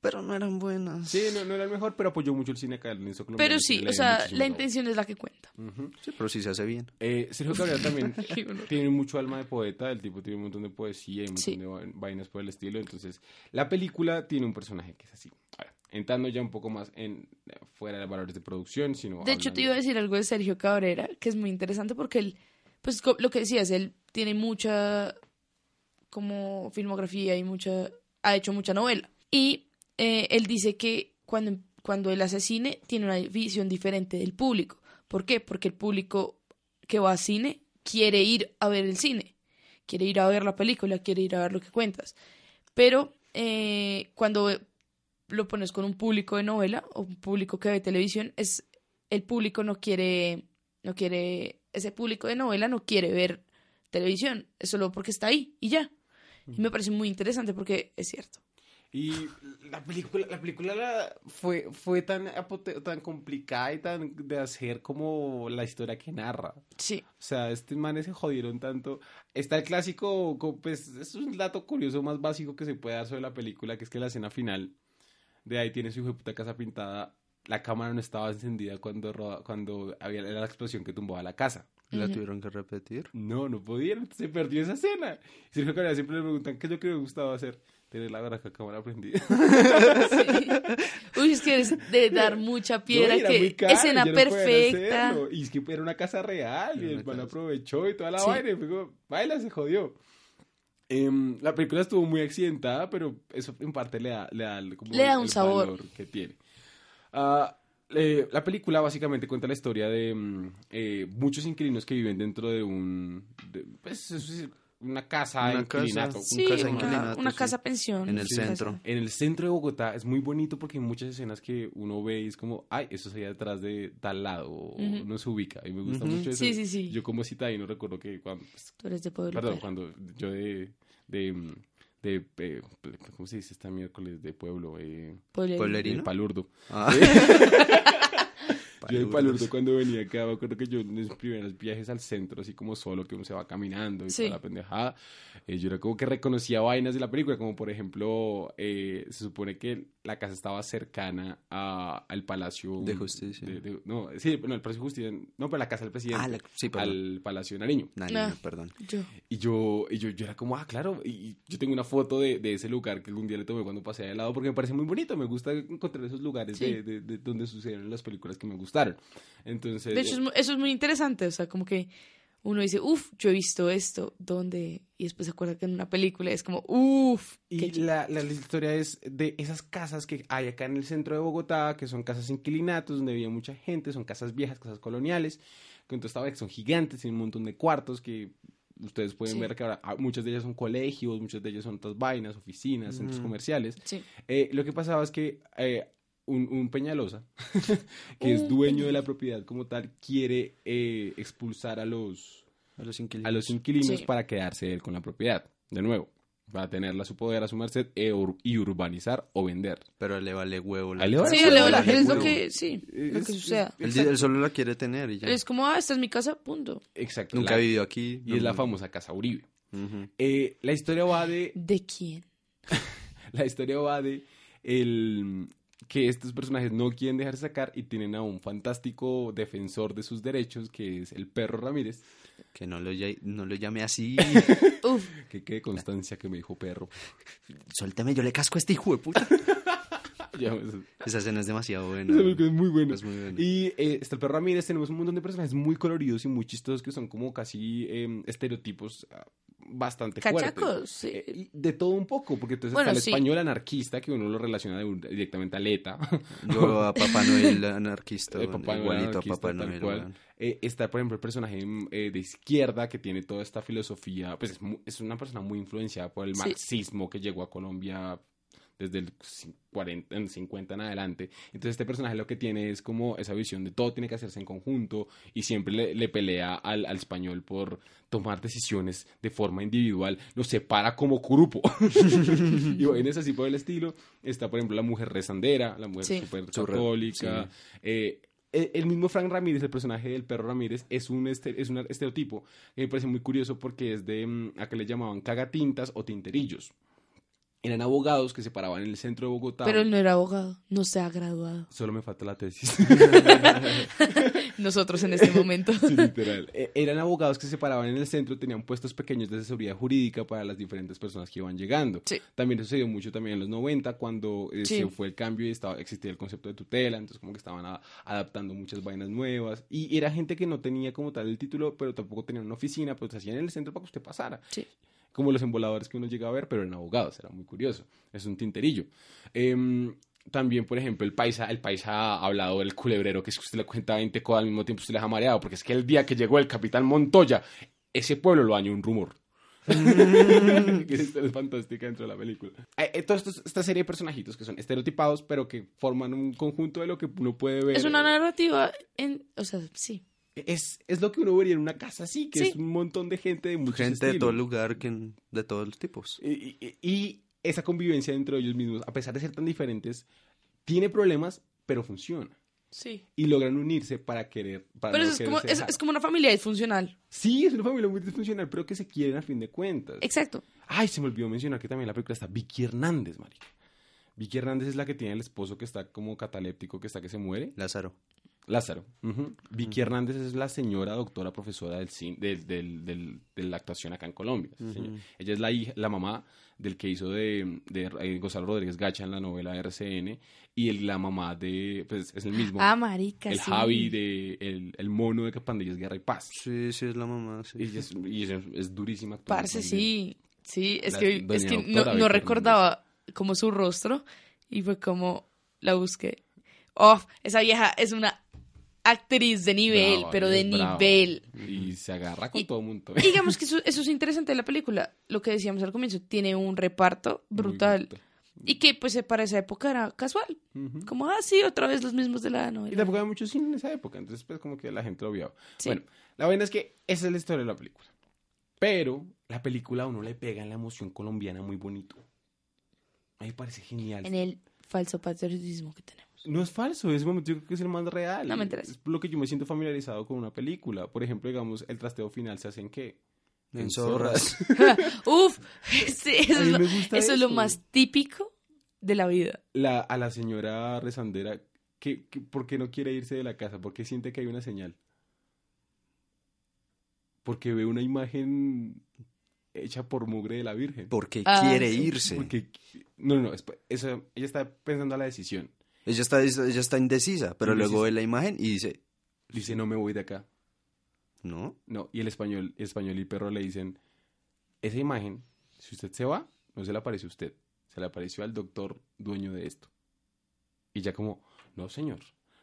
S3: pero no eran buenas.
S1: sí no, no era el mejor, pero apoyó mucho el cine acá. el cine colombiano,
S2: Pero
S1: el cine
S2: sí,
S1: le
S2: o
S1: dio
S2: sea,
S1: muchísimo
S2: la
S1: Gabo.
S2: intención es la que cuenta.
S1: Ujú.
S3: Sí, pero sí se hace bien.
S1: Eh, Sergio Cabrera también
S2: Qué horror.
S1: tiene mucho alma de poeta, el tipo tiene un montón de poesía y un montón
S2: Sí.
S1: de va- vainas por el estilo. Entonces, la película tiene un personaje que es así. Ahora, entrando ya un poco más en eh, fuera de valores de producción, sino.
S2: De hecho, te iba a decir algo de Sergio Cabrera, que es muy interesante porque él, pues co- lo que decías, él tiene mucha como filmografía y mucha, ha hecho mucha novela. Y eh, él dice que cuando, cuando él hace cine tiene una visión diferente del público. ¿Por qué? Porque el público que va a cine quiere ir a ver el cine, quiere ir a ver la película, quiere ir a ver lo que cuentas. Pero eh, cuando lo pones con un público de novela o un público que ve televisión, es el público no quiere, no quiere, ese público de novela no quiere ver televisión, es solo porque está ahí y ya. Y me parece muy interesante porque es cierto.
S1: Y la película, la película la- fue, fue tan, apote- tan complicada y tan de hacer como la historia que narra.
S2: Sí.
S1: O sea, este estos manes se jodieron tanto. Está el clásico, co- pues es un dato curioso más básico que se puede dar sobre la película, que es que la escena final de ahí tiene su hijo de puta casa pintada. La cámara no estaba encendida cuando, roda- cuando había era la explosión que tumbaba la casa.
S3: La
S2: Ujú.
S3: tuvieron que repetir.
S1: No, no podían, se perdió esa escena. Y Sergio Cabrera siempre le preguntan qué es lo que le gustaba hacer. Tener la baraja cámara prendida.
S2: Sí. Uy, es que es de dar mucha piedra,
S1: No, y era muy
S2: que
S1: caro, ya
S2: escena
S1: no podían
S2: perfecta.
S1: hacerlo. Y es que pues, era una casa real
S3: Era
S1: y el
S3: una
S1: man
S3: casa.
S1: aprovechó y toda la
S2: Sí.
S1: vaina. Y fue como, baila, se jodió. Em, la película estuvo muy accidentada, pero eso en parte le da, le da, el- como
S2: Le da
S1: el-
S2: un
S1: el
S2: sabor.
S1: valor que tiene. Ah, eh, la película básicamente cuenta la historia de mm, eh, muchos inquilinos que viven dentro de un. de- pues, eso es una casa,
S3: Una
S1: de
S3: casa.
S1: inquilinato,
S2: Sí,
S3: casa de
S2: una,
S3: inquilinato,
S2: una
S3: sí.
S2: casa pensión.
S3: En el
S2: sí,
S3: centro.
S1: en el centro de Bogotá es muy bonito porque hay muchas escenas que uno ve y es como, ay, eso sería detrás de tal lado, o
S2: Ujú.
S1: no se ubica. Y me gusta
S3: Ujú.
S1: mucho eso.
S2: Sí, sí, sí.
S1: Yo como citadino recuerdo que cuando, pues,
S2: Tú eres de Pueblo.
S1: perdón,
S2: Perro.
S1: cuando yo de, de, mm, de, eh, ¿cómo se dice esta miércoles de pueblo? Eh,
S2: Pueblerino.
S3: Pueblerino.
S1: de
S3: ¿Irino?
S1: Palurdo.
S3: Ah.
S1: Yo de
S3: Palurdos.
S1: Palurdo cuando venía acá, me acuerdo que yo en mis primeros viajes al centro, así como solo, que uno se va caminando y
S2: Sí.
S1: toda la pendejada, eh, yo era como que reconocía vainas de la película, como por ejemplo, eh, se supone que la casa estaba cercana a- al Palacio...
S3: De Justicia.
S1: de- de- no, sí, no, el Palacio de Justicia, no, pero la casa del presidente,
S3: Ah, la- sí, perdón.
S1: al Palacio de Nariño.
S3: No, no, no,
S2: Ah.
S3: perdón.
S2: Yo.
S1: Y yo, y yo, yo era como, ah, claro, y- y yo tengo una foto de, de ese lugar que algún día le tomé cuando pasé de lado porque me parece muy bonito, me gusta encontrar esos lugares
S2: Sí.
S1: de, de- de donde sucedieron las películas que me gustaron. Entonces,
S2: De hecho, es
S1: eh,
S2: mu- eso es muy interesante. O sea, como que uno dice, uff, yo he visto esto, ¿dónde? Y después se acuerda que en una película es como, uff.
S1: y la, la- la historia es de esas casas que hay acá en el centro de Bogotá, que son casas inquilinatos, donde vivía mucha gente, son casas viejas, casas coloniales, que entonces estaban- son gigantes, tienen un montón de cuartos que ustedes pueden
S2: Sí.
S1: ver que ahora ah, muchas de ellas son colegios, muchas de ellas son otras vainas, oficinas, centros
S3: Mm.
S1: comerciales.
S2: Sí.
S1: Eh, lo que pasaba es que eh, un, un Peñalosa, que es
S2: Un
S1: dueño de la
S2: Peñalosa.
S1: propiedad como tal, quiere eh, expulsar a los,
S3: A los inquilinos.
S1: a los inquilinos
S2: Sí.
S1: para quedarse él con la propiedad, de nuevo, para tenerla a su poder, a su merced e ur- y urbanizar o vender.
S3: Pero le vale huevo la
S1: A él le vale
S2: Sí,
S1: Bueno,
S2: Leo,
S1: huevo
S2: la-
S1: la gente
S2: es lo
S1: huevo.
S2: que, sí, lo
S1: Es-
S2: que
S1: es-
S2: suceda.
S3: Él, di- él solo la quiere tener y ya.
S2: Es como, ah, esta es mi casa, punto.
S1: Exacto.
S3: Nunca
S1: la-
S3: ha vivido aquí.
S1: Y es la famosa Casa Uribe. Eh, la historia va de
S2: ¿De quién?
S1: La historia va de el que estos personajes no quieren dejar sacar y tienen a un fantástico defensor de sus derechos que es el perro Ramírez,
S3: Que no lo, ll- no lo llame así.
S2: Uf,
S1: que quede constancia que me dijo perro.
S3: Suéltame, yo le casco a este hijo de puta.
S1: Ya, pues,
S3: Esa escena es demasiado buena.
S1: esa película es muy buena.
S3: Es muy buena.
S1: Y eh, está el perro Ramírez, tenemos un montón de personajes muy coloridos y muy chistosos que son como casi eh, estereotipos ah, bastante fuertes.
S2: cachacos, sí.
S1: Eh, y de todo un poco, porque entonces
S2: Bueno,
S1: está el
S2: sí.
S1: español anarquista que uno lo relaciona de un- directamente a Leta.
S3: Yo a Papá Noel anarquista,
S1: Eh,
S3: bueno,
S1: Papá Noel
S3: igualito
S1: anarquista,
S3: a Papá
S1: tal
S3: Noel.
S1: cual.
S3: bueno.
S1: Eh, está, por ejemplo, el personaje mm, eh, de izquierda que tiene toda esta filosofía, pues es, mu- es una persona muy influenciada por el
S2: Sí.
S1: marxismo que llegó a Colombia desde el cin- 40, en 50 en adelante. Entonces este personaje lo que tiene es como esa visión de todo tiene que hacerse en conjunto y siempre le, le pelea al, al español por tomar decisiones de forma individual, lo separa como grupo. y bueno, es así por el estilo. Está, por ejemplo, la mujer rezandera, la mujer
S2: Sí.
S1: súper
S3: Súper,
S1: católica. Eh, el el mismo Frank Ramírez, el personaje del perro Ramírez, es un, este- es un estereotipo que me parece muy curioso porque es de mm, a que le llamaban cagatintas o tinterillos. Eran abogados que se paraban en el centro de Bogotá.
S2: Pero él no era abogado, no se ha graduado.
S1: Solo me falta la tesis.
S2: Nosotros en este momento.
S1: Sí, literal. Eh, Eran abogados que se paraban en el centro, tenían puestos pequeños de asesoría jurídica para las diferentes personas que iban llegando.
S2: Sí.
S1: También sucedió mucho también en los 90, cuando eh,
S2: Sí.
S1: se fue el cambio y estaba, existía el concepto de tutela, entonces como que estaban a- adaptando muchas vainas nuevas. Y era gente que no tenía como tal el título, pero tampoco tenían una oficina, pues hacían en el centro para que usted pasara.
S2: Sí.
S1: Como los emboladores que uno llega a ver, pero eran abogados, era muy curioso. Es un tinterillo. Em, también, por ejemplo, el paisa, el paisa hablado del culebrero, que es que usted le cuenta 20 cosas al mismo tiempo, usted le ha mareado, porque es que el día que llegó el capitán Montoya, ese pueblo lo dañó un rumor.
S3: Mm.
S1: que es es fantástica dentro de la película. Eh, Hay- hay toda esta- esta serie de personajitos que son estereotipados, pero que forman un conjunto de lo que uno puede ver.
S2: Es una narrativa, en, o sea, sí.
S1: es, es lo que uno vería en una casa así, que
S2: Sí.
S1: es un montón de gente de muchos
S3: Gente de todo
S1: estilos.
S3: lugar, que, de todos los tipos.
S1: Y, y- y esa convivencia entre ellos mismos, a pesar de ser tan diferentes, tiene problemas, pero funciona.
S2: Sí.
S1: Y logran unirse para querer. Para
S2: Pero
S1: no
S2: eso es como,
S1: quererse
S2: es,
S1: dejar.
S2: es como una familia disfuncional.
S1: Sí, es una familia muy disfuncional, pero que se quieren a fin de cuentas.
S2: Exacto.
S1: Ay, se me olvidó mencionar que también en la película está Vicky Hernández, marica. Vicky Hernández es la que tiene el esposo que está como cataléptico, que está que se muere.
S3: Lázaro.
S1: Lázaro. ujú. Vicky Hernández es la señora doctora profesora del cin- del- del- del- de la actuación acá en Colombia. sí, señor.
S3: Ujú.
S1: Ella es la hija, la mamá del que hizo de, de, eh, Gonzalo Rodríguez Gacha en la novela RCN y el- la mamá de, pues es el mismo,
S2: Ah, marica,
S1: el
S2: sí.
S1: Javi de el, el mono de Pandillas Guerra y Paz.
S3: Sí, sí, es la mamá, sí.
S1: Ella es, y es, es durísima. actuando
S2: Parce,
S1: también.
S2: sí. Sí, es
S1: La
S2: que,
S1: doña
S2: es que
S1: doctora
S2: no, no
S1: Vicky Hernández.
S2: recordaba como su rostro y fue como la busqué. Oh, esa vieja es una actriz de nivel,
S1: Brava,
S2: pero
S1: es
S2: de
S1: brava.
S2: nivel.
S1: Y se agarra con
S2: Y-
S1: todo el mundo.
S2: Y digamos que eso, eso es interesante de la película. Lo que decíamos al comienzo, tiene un reparto brutal. Y que pues para esa época era casual.
S1: Ujú.
S2: Como, ah, sí, otra vez los mismos de la novela.
S1: Y tampoco había mucho cine en esa época, entonces pues como que la gente lo odiaba.
S2: Sí.
S1: Bueno, la vaina es que esa es la historia de la película. Pero la película a uno le pega en la emoción colombiana muy bonito. A mí me parece genial.
S2: En el falso patriotismo que tenemos.
S1: No es falso, es momento yo creo que es el más real.
S2: No, mentiras.
S1: Es por lo que yo me siento familiarizado con una película. Por ejemplo, digamos, el trasteo final se hace en qué?
S3: En zorras.
S2: Uf, sí, eso,
S1: A
S2: es
S1: mí
S2: lo,
S1: me gusta
S2: eso es lo
S1: eso.
S2: más típico de la vida.
S1: La- a la señora rezandera, que, que- ¿por qué no quiere irse de la casa? ¿Por qué siente que hay una señal? Porque ve una imagen hecha por mugre de la Virgen.
S3: Porque
S2: Ah,
S3: quiere
S2: sí.
S3: irse.
S1: Porque, no, no, no, es- esa- ella está pensando la decisión.
S3: Ella está, ella está indecisa, pero luego
S1: Indecisa.
S3: ve la imagen y dice,
S1: Dice, no me voy de acá.
S3: no,
S1: No, y el español, el español y perro le dicen, esa imagen, si usted se va, no se le aparece a usted, se le apareció al doctor dueño de esto. Y ya como, no señor,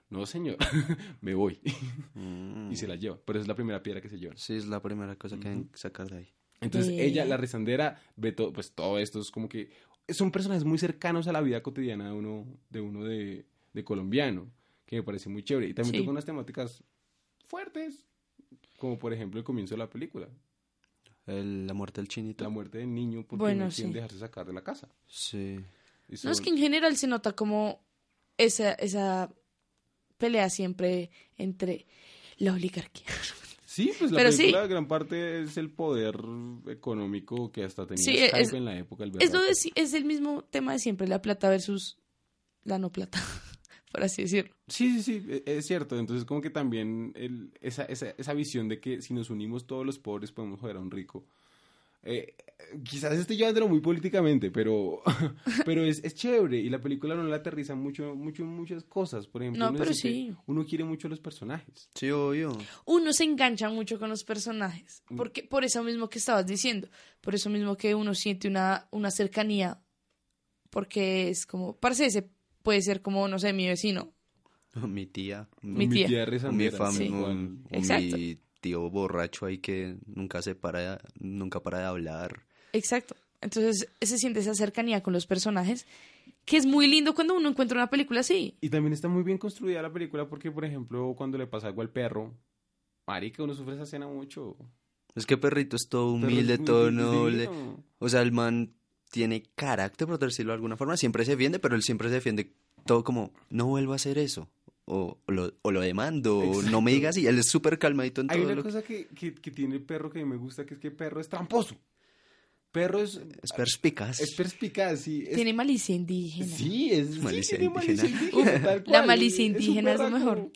S1: no señor, me voy.
S3: Mm.
S1: Y se la lleva, pero esa es la primera piedra que se llevan.
S3: Sí, es la primera cosa que hay
S1: Ujú.
S3: que sacar de ahí.
S1: Entonces
S2: Ve.
S1: ella, la rezandera, ve todo, pues todo esto es como que son personajes muy cercanos a la vida cotidiana de uno de, uno de, de colombiano, que me parece muy chévere. Y también
S2: Sí.
S1: toca unas temáticas fuertes, como por ejemplo el comienzo de la película,
S3: El- la muerte del chinito.
S1: la muerte del niño porque
S2: Bueno,
S1: no quieren
S2: sí.
S1: dejarse sacar de la casa.
S3: Sí.
S1: Y
S2: No
S1: son-
S2: es que en general se nota como esa, esa pelea siempre entre la oligarquía.
S1: Sí, pues la
S2: Pero sí.
S1: película de gran parte es el poder económico que hasta tenía
S2: Sí,
S1: Skype
S2: es-
S1: en la época. El
S2: Es, lo
S1: berraco.
S2: de si- es el mismo tema de siempre, la plata versus la no plata, por así decirlo.
S1: Sí, sí, sí, e- es cierto. Entonces, como que también el- esa, esa, esa visión de que si nos unimos todos los pobres podemos joder a un rico. Eh, quizás estoy llevándolo muy políticamente, pero, pero es, es chévere. Y la película no la aterriza mucho, mucho, en muchas cosas. Por ejemplo,
S2: No,
S1: uno
S2: pero
S1: dice que
S2: sí.
S1: uno quiere mucho a los personajes.
S3: Sí, obvio.
S2: Uno se engancha mucho con los personajes,
S1: Mm.
S2: porque por eso mismo que estabas diciendo, por eso mismo que uno siente una, una cercanía, porque es como, parce, ese puede ser como, no sé, mi vecino,
S3: Mi tía.
S1: Mi
S2: Mi
S1: tía,
S2: tía.
S3: o
S1: rezandera,
S3: mi
S1: tal
S3: fam-
S2: Sí.
S1: cual.
S3: un- o
S2: Exacto.
S3: mi tío borracho ahí que nunca se para, nunca para de hablar.
S2: Exacto. Entonces se siente esa cercanía con los personajes que es muy lindo cuando uno encuentra una película así.
S1: Y también está muy bien construida la película porque, por ejemplo, cuando le pasa algo al perro, marica, uno sufre esa escena mucho.
S3: Es que perrito es todo
S1: Perro es
S3: humilde,
S1: muy
S3: todo
S1: divino.
S3: noble. O sea, el man tiene carácter, por decirlo de alguna forma. Siempre se defiende, pero él siempre se defiende todo como, no vuelva a hacer eso. O lo, o lo demando, o no
S1: Exacto.
S3: me digas. Y él es súper calmadito en
S1: Hay
S3: todo
S1: una
S3: lo que...
S1: cosa que, que, que tiene el perro que me gusta, que es que el perro es tramposo. Perro es,
S3: Es perspicaz.
S1: es perspicaz, sí. Es,
S2: Tiene malicia indígena.
S1: Sí, es
S3: Malicia
S1: sí, tiene malicia
S3: indígena.
S1: indígena, tal
S2: la
S1: cual,
S2: malicia
S1: es un
S2: indígena es lo
S1: berraco.
S2: mejor.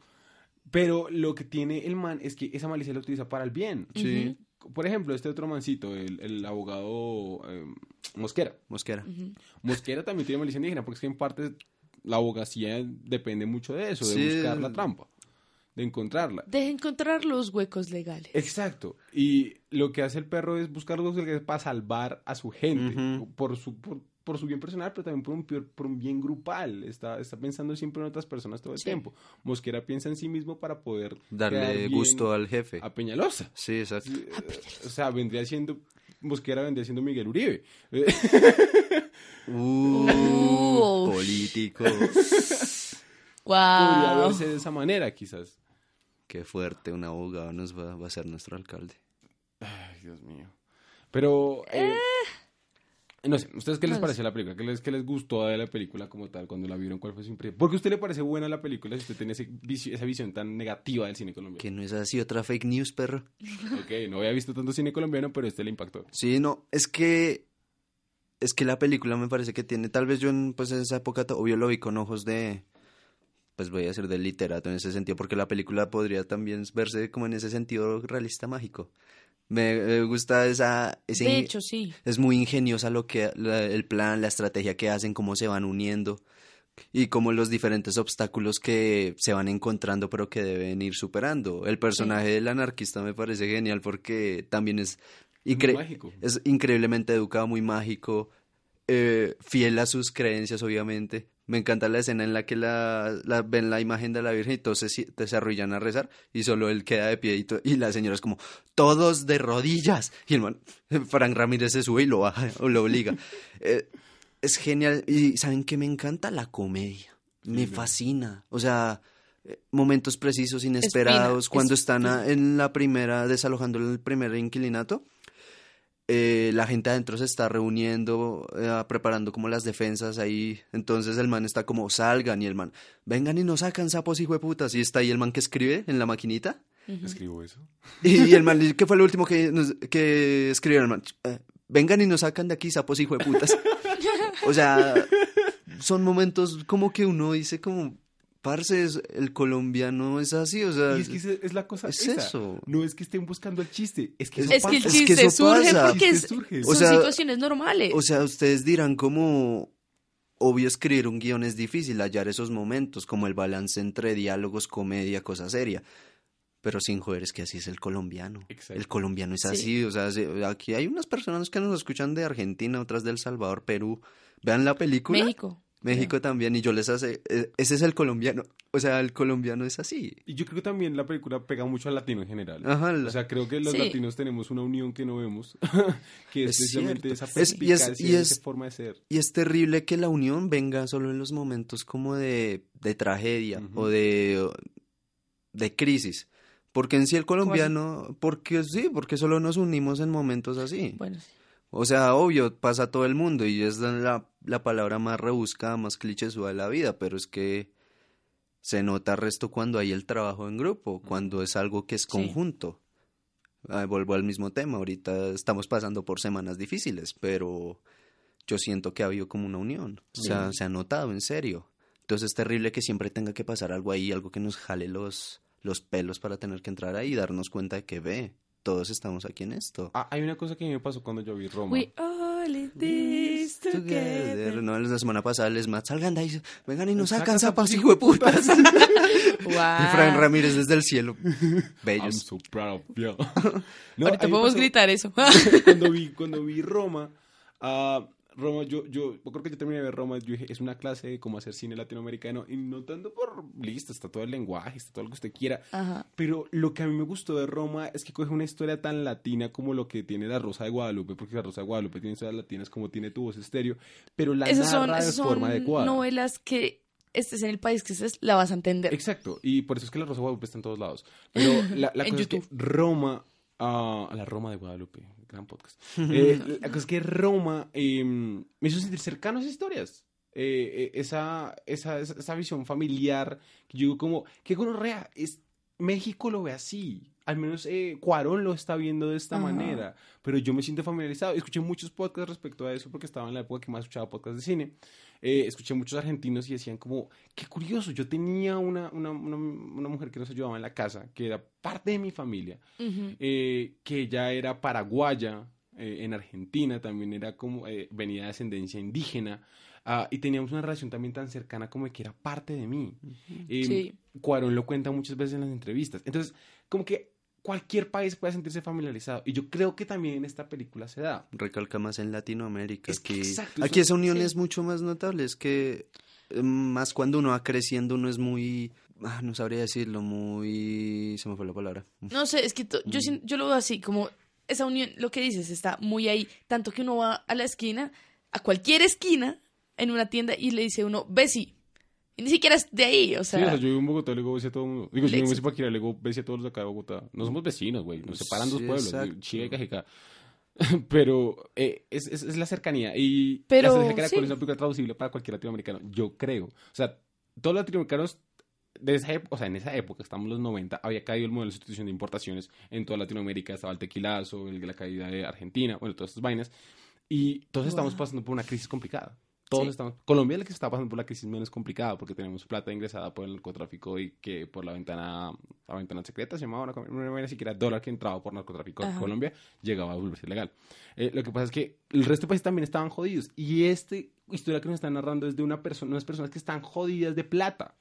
S1: Pero lo que tiene el man es que esa malicia la utiliza para el bien.
S3: Sí,
S2: Ujú,
S1: Por ejemplo, este otro mancito, el, el abogado eh, Mosquera.
S3: mosquera.
S2: ujú.
S1: Mosquera también tiene malicia indígena, porque es que en parte la abogacía depende mucho de eso, de
S3: Sí.
S1: buscar la trampa, de encontrarla.
S2: De encontrar los huecos legales.
S1: Exacto. Y lo que hace el perro es buscar los lugares para salvar a su gente,
S3: Ujú.
S1: por, su, por, por su bien personal, pero también por un, pior- por un bien grupal. Está, está pensando siempre en otras personas todo el
S2: Sí.
S1: tiempo. Mosquera piensa en sí mismo para poder quedar
S3: Darle
S1: bien
S3: gusto al jefe.
S1: a Peñalosa.
S3: Sí, exacto.
S1: Eh, O sea, vendría siendo, Mosquera vendría siendo Miguel Uribe. Eh,
S3: Uh,
S2: Uh,
S3: político.
S1: Podría
S2: Wow.
S1: verse de esa manera, quizás.
S3: Qué fuerte, un abogado nos va, va a ser nuestro alcalde.
S1: Ay, Dios mío. Pero, eh, no sé, ¿ustedes qué les
S2: Eh. No
S1: pareció la película? ¿Qué les, qué les gustó de la película como tal cuando la vieron? ¿Cuál fue su impresión? ¿Por qué a usted le parece buena la película si usted tiene ese visi- esa visión tan negativa del cine colombiano?
S3: Que no es así otra fake news, perro.
S1: Ok, no había visto tanto cine colombiano, pero este le impactó.
S3: Sí, no, es que es que la película me parece que tiene, tal vez yo en, pues en esa época, to- obvio lo vi con ojos de, pues voy a ser de literato en ese sentido, porque la película podría también verse como en ese sentido realista mágico. Me, eh, gusta esa, ese
S2: De
S3: in-
S2: hecho, sí.
S3: es muy ingeniosa lo que la- el plan, la estrategia que hacen, cómo se van uniendo y cómo los diferentes obstáculos que se van encontrando pero que deben ir superando. El personaje del anarquista me parece genial porque también es
S1: Es
S3: incre-
S1: muy mágico.
S3: es increíblemente educado, muy mágico, eh, fiel a sus creencias, obviamente. Me encanta la escena en la que la, la- ven la imagen de la Virgen y todos se, si- se arrodillan a rezar y solo él queda de pie y, to- y la señora es como, todos de rodillas. Y el man, Frank Ramírez se sube y lo baja, o lo obliga. Eh, es genial. Y ¿saben qué me encanta? La comedia. Me
S1: no.
S3: fascina. O sea, eh, momentos precisos, inesperados.
S2: Espina,
S3: Cuando
S2: es-
S3: están a- en la primera, desalojando el primer inquilinato, eh, la gente adentro se está reuniendo, eh, preparando como las defensas ahí. Entonces el man está como, salgan, y el man, vengan y nos sacan sapos, hijo de putas. Y está ahí el man que escribe en la maquinita.
S2: Ujú.
S1: Escribo eso.
S3: Y el man, ¿qué fue lo último que, nos- que escribieron, man? Eh, Vengan y nos sacan de aquí, sapos, hijo de putas. O sea, son momentos como que uno dice como, parce, es- el colombiano es así, o sea,
S1: Y es que esa- es la cosa
S3: es
S1: esa.
S3: eso.
S1: No es que estén buscando el chiste, es que
S3: Es-
S1: eso
S2: Es que el
S1: pasa.
S3: Es que
S2: chiste
S3: eso
S2: surge
S3: pasa.
S2: porque
S1: El
S2: es-
S1: chiste surge.
S2: son
S3: O sea-
S2: situaciones normales.
S3: o sea, ustedes dirán como, obvio escribir un guión es difícil, hallar esos momentos, como el balance entre diálogos, comedia, cosa seria. Pero sin joder, es que así es el colombiano.
S1: Exacto.
S3: El colombiano es
S2: Sí.
S3: así, o sea, se- aquí hay unas personas que nos escuchan de Argentina, otras del Salvador, Perú. Vean la película.
S2: México.
S3: México también, y yo les hace, eh, ese es el colombiano, o sea, el colombiano es así.
S1: Y yo creo que también la película pega mucho al latino en general.
S3: Ajá, la-
S1: O sea, creo que los
S2: Sí.
S1: latinos tenemos una unión que no vemos, que es,
S3: Es
S1: precisamente
S3: cierto.
S1: esa
S3: Es- y es-
S1: perspicacia,
S3: y es-
S1: esa forma de ser.
S3: Y es terrible que la unión venga solo en los momentos como de, de tragedia
S1: Ujú.
S3: o de, de crisis. Porque en sí el
S2: así?
S3: colombiano, porque sí, porque solo nos unimos en momentos así.
S2: Bueno, sí.
S3: O sea, obvio, pasa a todo el mundo y es la, la palabra más rebuscada, más clichésuda de la vida, pero es que se nota resto cuando hay el trabajo en grupo, cuando es algo que es conjunto. Ah, vuelvo al mismo tema, ahorita estamos pasando por semanas difíciles, pero yo siento que ha habido como una unión, o sea, se ha notado en serio. Entonces es terrible que siempre tenga que pasar algo ahí, algo que nos jale los, los pelos para tener que entrar ahí y darnos cuenta de que ve, todos estamos aquí en esto.
S1: Ah, hay una cosa que me pasó cuando yo vi Roma.
S2: We all in this together.
S3: No, la semana pasada les más salgan de ahí, vengan y nos
S1: Saca
S3: sacan zapas,
S1: zapas,
S3: hijo de putas.
S2: Wow.
S3: Y Fran Ramírez desde el cielo.
S1: I'm
S3: Bellos.
S1: so proud of you. No,
S2: Ahorita
S1: ahí me
S2: podemos
S1: pasó
S2: gritar eso.
S1: cuando vi, cuando vi Roma, ah, Roma, yo, yo, yo creo que yo terminé de ver Roma, yo dije, es una clase de cómo hacer cine latinoamericano, y no tanto por, listo, está todo el lenguaje, está todo lo que usted quiera,
S2: Ajá.
S1: pero lo que a mí me gustó de Roma es que coge una historia tan latina como lo que tiene La Rosa de Guadalupe, porque La Rosa de Guadalupe tiene historias latinas como tiene Tu Voz Estéreo, pero la
S2: Esas son,
S1: narra de
S2: esas son
S1: forma adecuada.
S2: novelas que estés en el país que estés, la vas a entender.
S1: Exacto, y por eso es que La Rosa de Guadalupe está en todos lados. Pero la, la
S2: En
S1: cosa es que
S2: YouTube.
S1: Roma, ah, la Roma de Guadalupe, gran podcast. Eh, la cosa es que Roma eh, me hizo sentir cercano a esas historias. Eh, eh, esa, esa, esa, esa visión familiar, que yo digo como, que gonorrea, es, México lo ve así. Al menos eh, Cuarón lo está viendo de esta
S2: Ajá.
S1: manera, pero yo me siento familiarizado. Escuché muchos podcasts respecto a eso porque estaba en la época que más escuchaba podcasts de cine eh, escuché muchos argentinos y decían como, qué curioso, yo tenía una, una, una, una mujer que nos ayudaba en la casa, que era parte de mi familia,
S2: Ujú.
S1: eh, que ella era paraguaya, eh, en Argentina también era como, eh, venía de ascendencia indígena, ah, y teníamos una relación también tan cercana como que era parte de mí. Eh,
S2: Sí.
S1: Cuarón lo cuenta muchas veces en las entrevistas. Entonces, como que cualquier país puede sentirse familiarizado, y yo creo que también en esta película se da.
S3: recalca más en Latinoamérica.
S1: Es que
S3: aquí,
S1: exacto,
S3: aquí
S1: eso-
S3: esa unión
S2: sí.
S3: es mucho más notable, es que eh, más cuando uno va creciendo uno es muy, ah, no sabría decirlo, muy, se me fue la palabra.
S2: No sé, es que to-
S1: Mm.
S2: yo, sin- yo lo veo así, como esa unión, lo que dices, está muy ahí. Tanto que uno va a la esquina, a cualquier esquina, en una tienda y le dice uno, Bessie. Y ni siquiera es de ahí, o sea.
S1: sí, o sea, yo vivo en Bogotá, luego besé a todo el mundo. Digo, yo
S2: Lex-
S1: vivo en Zipaquirá, luego besé a todos los de acá de Bogotá. No somos vecinos, güey. Nos separan dos
S3: Sí,
S1: pueblos, güey,
S3: exacto.
S1: Chía y Cajicá. Pero eh, es, es, es la cercanía. Y
S2: Pero,
S1: la cercanía
S2: sí.
S1: con es una película traducible para cualquier latinoamericano, yo creo. O sea, todos los latinoamericanos de esa época, o sea, en esa época, estamos en los 90, había caído el modelo de sustitución de importaciones en toda Latinoamérica, estaba el tequilazo, el- la caída de Argentina, bueno, todas estas vainas. Y todos estamos pasando por una crisis complicada. Todos
S2: Sí.
S1: estamos. Colombia es la que está pasando por la crisis menos complicada porque tenemos plata ingresada por el narcotráfico y que por la ventana, la ventana secreta se llamaba, no me acuerdo ni siquiera dólar que entraba por narcotráfico a
S2: Ajá.
S1: Colombia llegaba a volverse legal. Eh, lo que pasa es que el resto de países también estaban jodidos y esta historia que nos están narrando es de una persona, unas personas que están jodidas de plata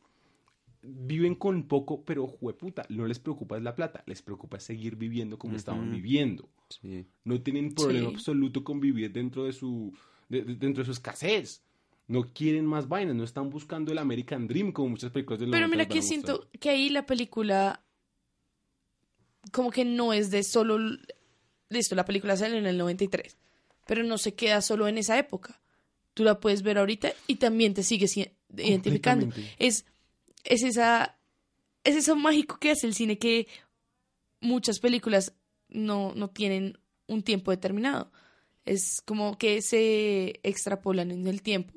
S1: viven con poco, pero jueputa, no les preocupa es la plata, les preocupa seguir viviendo como estaban
S3: Ujú.
S1: viviendo.
S3: Sí.
S1: No tienen problema
S2: Sí.
S1: absoluto con vivir dentro de su de- de- dentro de su escasez. No quieren más vainas, no están buscando el American Dream como muchas películas del
S2: Pero
S1: 90
S2: mira
S1: les van
S2: que
S1: a mostrar.
S2: siento que ahí la película como que no es de solo... Listo, la película sale en el 93, pero no se queda solo en esa época. Tú la puedes ver ahorita y también te sigues i- identificando.
S1: Completamente.
S2: Es, es esa... Es eso mágico que hace el cine que muchas películas no, no tienen un tiempo determinado. Es como que se extrapolan en el tiempo.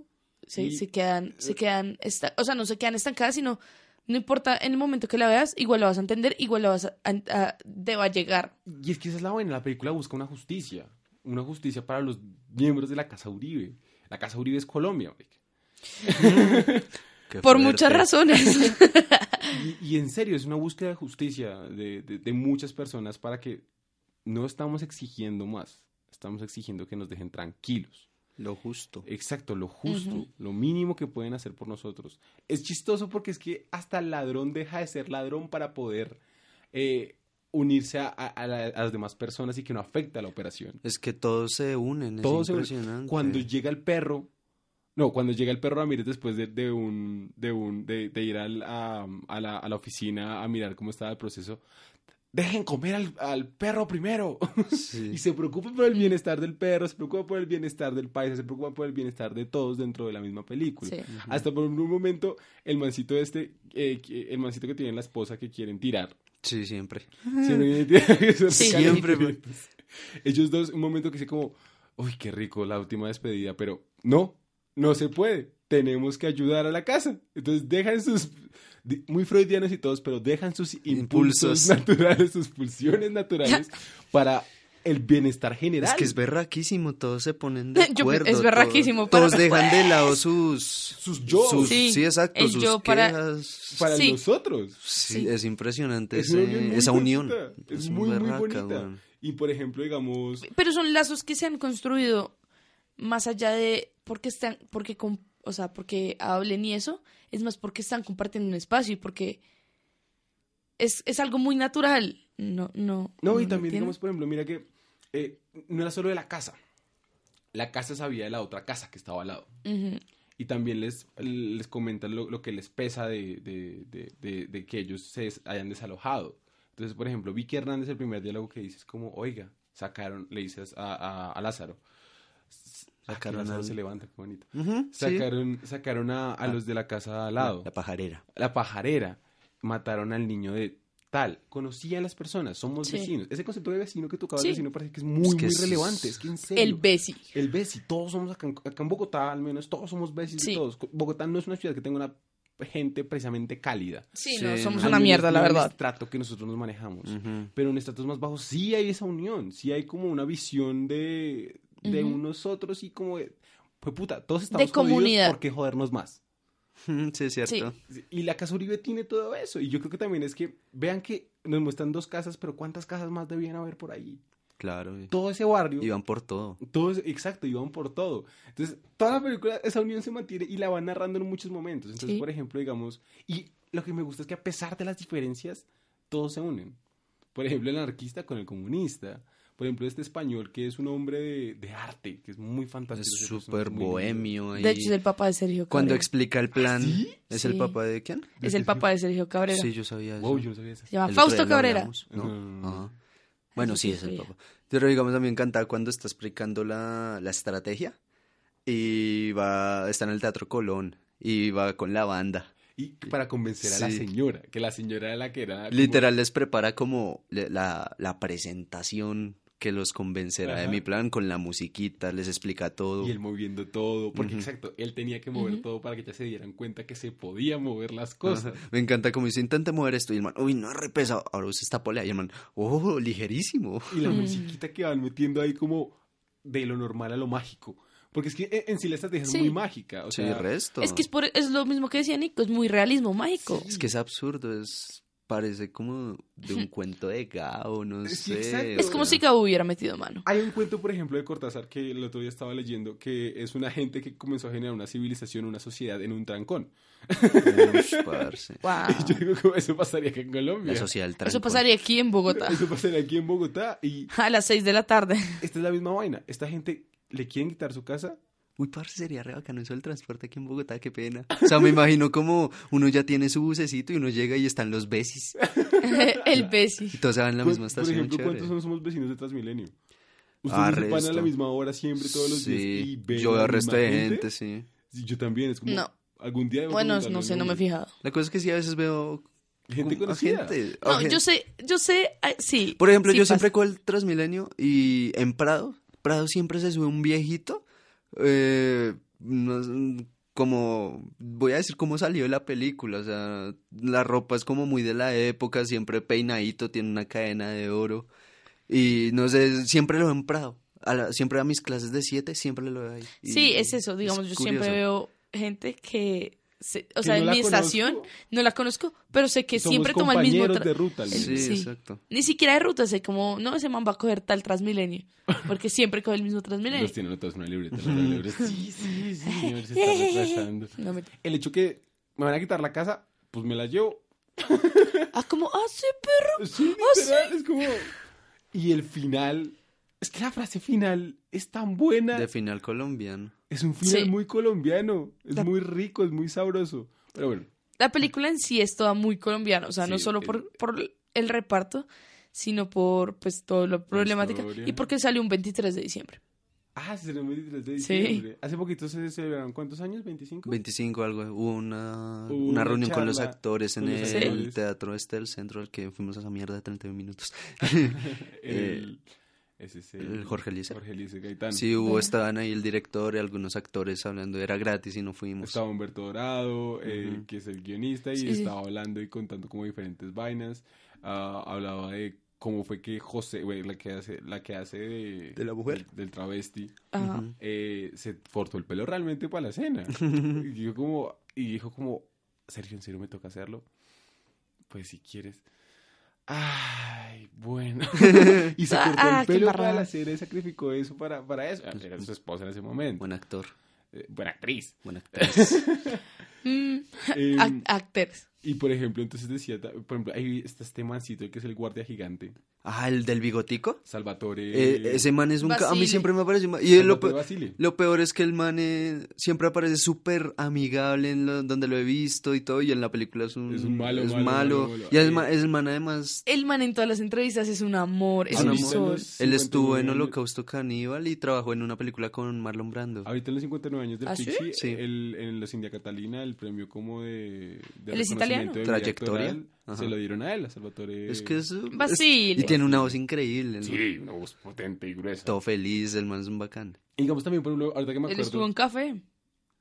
S2: Se,
S1: Y-
S2: se quedan, se quedan, esta- o sea, no se quedan estancadas, sino no importa en el momento que la veas, igual la vas a entender, igual la vas a, a- a- te va a llegar.
S1: Y es que esa es la vaina, la película busca una justicia, una justicia para los miembros de la Casa Uribe. La Casa Uribe es Colombia, marica.
S3: Qué
S2: Por
S3: fuerte.
S2: muchas razones.
S1: Y, y en serio, es una búsqueda de justicia de, de- de muchas personas para que no estamos exigiendo más, estamos exigiendo que nos dejen tranquilos.
S3: Lo justo.
S1: Exacto, lo justo,
S2: Ujú.
S1: lo mínimo que pueden hacer por nosotros. Es chistoso porque es que hasta el ladrón deja de ser ladrón para poder eh, unirse a, a- a la- a las demás personas y que no afecta a la operación.
S3: Es que todos se unen, es
S1: Todos se unen.
S3: impresionante.
S1: Cuando llega el perro, no, cuando llega el perro Ramírez después de, de un, de un, de, de ir al- a, a la, a la oficina a mirar cómo estaba el proceso, dejen comer al, al perro primero.
S3: Sí.
S1: Y se preocupa por el bienestar del perro, se preocupa por el bienestar del país, se preocupa por el bienestar de todos dentro de la misma película.
S2: Sí.
S1: Hasta por un momento, el mancito este, eh, que- el mancito que tiene la esposa que quieren tirar.
S3: Sí, siempre.
S1: Siempre tienen que ser
S2: Sí.
S1: calientes.
S3: Siempre, pues. güey.
S1: Ellos dos, un momento que sé como, uy, qué rico la última despedida, pero no, no se puede. Tenemos que ayudar a la casa. Entonces dejan sus, di- muy freudianos y todos, pero dejan sus impulsos,
S3: Impulsos.
S1: naturales, sus pulsiones naturales para el bienestar general.
S3: Es que es berraquísimo, todos se ponen de
S2: Yo- pues,
S3: acuerdo.
S2: es
S3: to-
S2: berraquísimo, pero-
S3: Todos dejan de lado sus... Sus
S1: yo.
S2: Sí,
S3: sí, exacto,
S2: el
S3: sus
S2: yo para-
S3: quejas.
S1: para
S2: Sí.
S1: nosotros.
S3: Sí,
S2: Sí.
S3: es impresionante
S1: Es una
S3: ese-
S1: unión muy
S3: esa unión.
S1: bonita, es
S3: un
S1: muy, muy
S3: berraca,
S1: bonita.
S3: weón.
S1: Y por ejemplo, digamos,
S2: Pero son lazos que se han construido más allá de porque están, porque com- o sea, porque hablen y eso, es más porque están compartiendo un espacio y porque es, es algo muy natural. No, no.
S1: No, y también,
S2: ¿me entienden?
S1: digamos, por ejemplo, mira que eh, no era solo de la casa. la casa sabía de la otra casa que estaba al lado.
S2: Ujú.
S1: Y también les, les comentan lo, lo que les pesa de, de- de- de- de que ellos se des- hayan desalojado. Entonces, por ejemplo, Vicky Hernández, el primer diálogo que dice es como, oiga, sacaron, le dices a, a- a Lázaro. S- ah, que
S3: Sacaron
S1: Lázaro
S3: al-
S1: se levanta, qué bonito.
S3: Ujú, sí.
S1: Sacaron, sacaron a, a
S3: Ah.
S1: los de la casa al lado.
S3: La pajarera.
S1: la pajarera, mataron al niño de tal, conocía a las personas, somos
S2: Sí.
S1: vecinos. Ese concepto de vecino que tocaba
S2: Sí.
S1: el vecino parece que es muy,
S3: Es que
S1: muy
S3: es-
S1: relevante, es que en serio.
S2: El Bessie.
S1: El Bessi, todos somos acá en, acá en Bogotá, al menos, todos somos Bessis de
S2: Sí.
S1: todos. Co- Bogotá no es una ciudad que tenga una gente precisamente cálida.
S2: Sí,
S3: Sí,
S2: no, somos
S3: no.
S2: una
S1: Al menos
S2: mierda, la
S1: no en
S2: verdad.
S1: el trato que nosotros nos manejamos.
S3: Ujú.
S1: Pero en estratos más bajos sí hay esa unión, sí hay como una visión de, de
S2: Ujú.
S1: unos otros y como de, pues puta, todos estamos
S2: De
S1: jodidos,
S2: comunidad.
S1: ¿por qué jodernos más?
S3: Sí, es cierto.
S1: Y la Casa Uribe tiene todo eso. Y yo creo que también es que, vean que nos muestran dos casas, pero ¿cuántas casas más debían haber por ahí?
S3: Claro. y-
S1: Todo ese barrio.
S3: Y van por todo.
S1: Todo ese- exacto, iban por todo. Entonces, toda la película, esa unión se mantiene y la van narrando en muchos momentos. Entonces,
S2: Sí.
S1: por ejemplo, digamos, y lo que me gusta es que a pesar de las diferencias, todos se unen. Por ejemplo, el anarquista con el comunista. Por ejemplo, este español que es un hombre de, de arte, que es muy fantástico.
S3: Es
S1: ese personaje
S3: súper
S1: muy lindo. ¿Ah,
S3: bohemio.
S2: De hecho, es
S3: ahí.
S2: el papá de Sergio
S3: Cuando
S2: Cabrera.
S3: explica el plan.
S1: ¿Sí?
S3: ¿Es
S2: Sí.
S3: el papá de quién?
S2: Es el papá de Sergio Cabrera.
S3: Sí, yo sabía eso.
S1: Wow, yo no sabía eso.
S2: Se llama
S3: El otro
S2: Ah, Fausto
S3: día lo
S2: Cabrera.
S3: hablamos, ¿no?
S1: Mm.
S3: Ajá. Bueno,
S2: Eso
S3: sí,
S2: sí
S3: es el
S2: sabía.
S3: papá. Pero digamos, a mí me encanta cuando está explicando la, la estrategia y va, está en el Teatro Colón y va con la banda.
S1: Y para convencer a la
S3: Sí.
S1: señora, que la señora era la que era... como-
S3: Literal les prepara como le- la, la presentación que los convencerá de
S1: Ajá.
S3: mi plan con la musiquita, les explica todo.
S1: Y él moviendo todo, porque
S3: Ujú.
S1: exacto, él tenía que mover
S2: Ujú.
S1: todo para que ya se dieran cuenta que se podía mover las
S3: Ajá.
S1: cosas.
S3: Me encanta como dice, intenta mover esto y el man, uy, no, re pesado. Ahora usted está polea y el man, oh, ligerísimo.
S1: Y la
S2: Mm.
S1: musiquita que van metiendo ahí como de lo normal a lo mágico. Porque es que e, en- en sí la estrategia
S2: Sí.
S1: es muy mágica. O
S3: sí,
S1: sea,
S3: resto.
S2: Es que es, por- es lo mismo que decía Nico, es muy realismo mágico.
S3: Es que es absurdo, es parece como de un cuento de Gao, no
S1: Sí,
S3: sé.
S1: exacto.
S2: Es como si Cabo hubiera metido mano.
S1: Hay un cuento, por ejemplo, de Cortázar que el otro día estaba leyendo, que es una gente que comenzó a generar una civilización, una sociedad en un trancón.
S3: Ush, parce.
S2: Wow.
S1: Y yo digo, ¿cómo eso pasaría acá en Colombia?
S3: La sociedad del
S2: Eso
S3: trancón.
S2: pasaría aquí en Bogotá
S1: Eso pasaría aquí en Bogotá y
S2: a las 6 de la tarde.
S1: esta es la misma vaina. Esta gente le quieren quitar su casa
S3: Uy, parce, sería re bacano eso del transporte aquí en Bogotá, qué pena. O sea, me imagino como uno ya tiene su bucecito y uno llega y están los besis.
S2: El Bessie.
S3: Y todos se van en la
S1: Pues, Por-
S3: misma estación,
S1: Por ejemplo,
S3: chévere.
S1: ¿cuántos no somos vecinos de Transmilenio?
S3: Ah,
S1: Ustedes se van a
S3: resto.
S1: la misma hora siempre, todos los días. Y
S3: Sí,
S1: ven
S3: yo
S1: a
S3: veo
S1: la
S3: al resto
S1: misma
S3: de gente, sí.
S1: Sí, Yo también, es como.
S2: No.
S1: Algún día debo
S2: Bueno,
S1: preguntarle
S2: no
S1: el
S2: sé, no me he
S1: nombre.
S2: fijado.
S3: La cosa es que sí a veces veo
S1: Gente
S3: como- a
S1: conocida.
S3: gente, a
S2: No,
S3: gen-
S2: yo sé, yo sé, ah, sí.
S3: Por ejemplo,
S2: sí
S3: yo
S2: pasa.
S3: siempre cojo el Transmilenio y en Prado, Prado siempre se sube un viejito, eh, no es- como, voy a decir cómo salió la película, o sea, la ropa es como muy de la época, siempre peinadito, tiene una cadena de oro y no sé, siempre lo veo en Prado, a la- siempre a mis clases de 7, siempre lo veo ahí. y
S2: Sí, es eso, digamos, yo siempre
S3: curioso.
S2: veo gente que, se- o
S1: Que
S2: sea,
S1: no
S2: en
S1: la
S2: mi estación
S1: conozco.
S2: no la conozco, pero sé que
S1: Somos
S2: siempre toma el mismo
S1: compañeros
S2: tra-
S1: de ruta. al menos.
S3: Sí,
S2: sí.
S3: exacto.
S2: Ni siquiera de ruta, sé como, no, ese man va a coger tal Transmilenio, porque siempre coge el mismo Transmilenio.
S1: Los tienen anotados en una libreta. en una libreta. Sí, sí, sí, señor, se está retrasando.
S2: No, mentira.
S1: El hecho que me van a quitar la casa, pues me la llevo.
S2: Ah, como, ah, sí, perro.
S1: Sí,
S2: Ah,
S1: literal, es como. Y el final. Es que la frase final es tan buena.
S3: De final colombiano.
S1: Es un final
S2: Sí.
S1: muy colombiano, es
S2: La-
S1: muy rico, es muy sabroso. Pero bueno,
S2: La película en sí es toda muy colombiana, o sea, no
S1: Sí,
S2: solo
S1: el-
S2: por, por el reparto, sino por, pues, toda la problemática
S1: historia.
S2: y porque salió un 23 de diciembre.
S1: ah, se celebró el 23 de
S2: Sí.
S1: diciembre. Hace poquito se celebraron, ¿cuántos años? ¿25?
S3: 25 algo, hubo una,
S1: Hubo
S3: una
S1: una
S3: reunión con los
S1: charla
S3: actores en
S1: con los
S3: el
S1: actores.
S3: teatro este del centro al que fuimos a esa mierda de 31 minutos.
S1: el, ese es el,
S3: Eh, el Jorge Eliezer.
S1: Jorge Eliezer Gaitán.
S3: sí, hubo,
S2: Bueno.
S3: estaban ahí el director y algunos actores hablando, era gratis y no fuimos.
S1: Estaba Humberto Dorado, eh,
S3: Ujú.
S1: que es el guionista, y
S2: Sí, sí.
S1: estaba hablando y contando como diferentes vainas. Ah, hablaba de cómo fue que José, güey, la que hace, la que hace de,
S3: ¿De la mujer?
S1: del travesti,
S2: Ajá.
S3: Ujú.
S1: eh, se cortó el pelo realmente para la cena. Y yo como, y dijo como, Sergio, ¿en serio me toca hacerlo? Pues si quieres. Ay, bueno. y se
S2: Ah,
S1: cortó
S2: ah,
S1: el
S2: qué
S1: pelo para
S2: embarrada.
S1: la cena y sacrificó eso para, para eso. Ah, Era su esposa en ese momento.
S3: Buen actor,
S1: Eh, buena actriz.
S3: buen actor.
S2: Mm,
S1: Eh,
S2: ac- actores.
S1: y por ejemplo, entonces decía, ta- por ejemplo, ahí está este mancito que es el guardia gigante.
S3: Ah, el del bigotico.
S1: Salvatore.
S3: Eh, ese man es un... ca- A mí
S2: Basile.
S3: siempre me aparece... un man- Y él lo,
S1: Salvatore
S3: pe-
S1: Basile. Ah,
S3: Lo peor es que el man eh, siempre aparece súper amigable en lo- donde lo he visto y todo, y en la película es un,
S1: Es un malo,
S3: es
S1: malo,
S3: malo.
S1: malo, malo.
S3: Y el
S1: Ahí.
S3: man, el man además,
S2: El man en todas las entrevistas es un amor, es
S1: Ah,
S3: ¿Has
S2: un
S3: visto
S2: sol.
S1: los-
S3: él
S1: 59
S3: estuvo en
S1: años.
S3: Holocausto Caníbal y trabajó en una película con Marlon Brando.
S1: Ahorita en los 59 años del
S2: ¿Ah, sí?
S1: Pichi,
S3: Sí.
S1: el- en los India Catalina, el premio como de, de
S2: Él es
S1: reconocimiento
S2: italiano.
S1: de vida
S3: Trayectoria.
S1: actoral,
S3: Ajá.
S1: se lo dieron a él, a Salvatore.
S3: Es que es... es-
S2: Pues Basile.
S3: y tiene una voz increíble. ¿no?
S1: Sí, una voz potente y gruesa.
S3: Todo feliz, el man es un bacán,
S1: Y digamos también, por ejemplo, ahorita que me
S2: Él
S1: acuerdo,
S2: estuvo en café.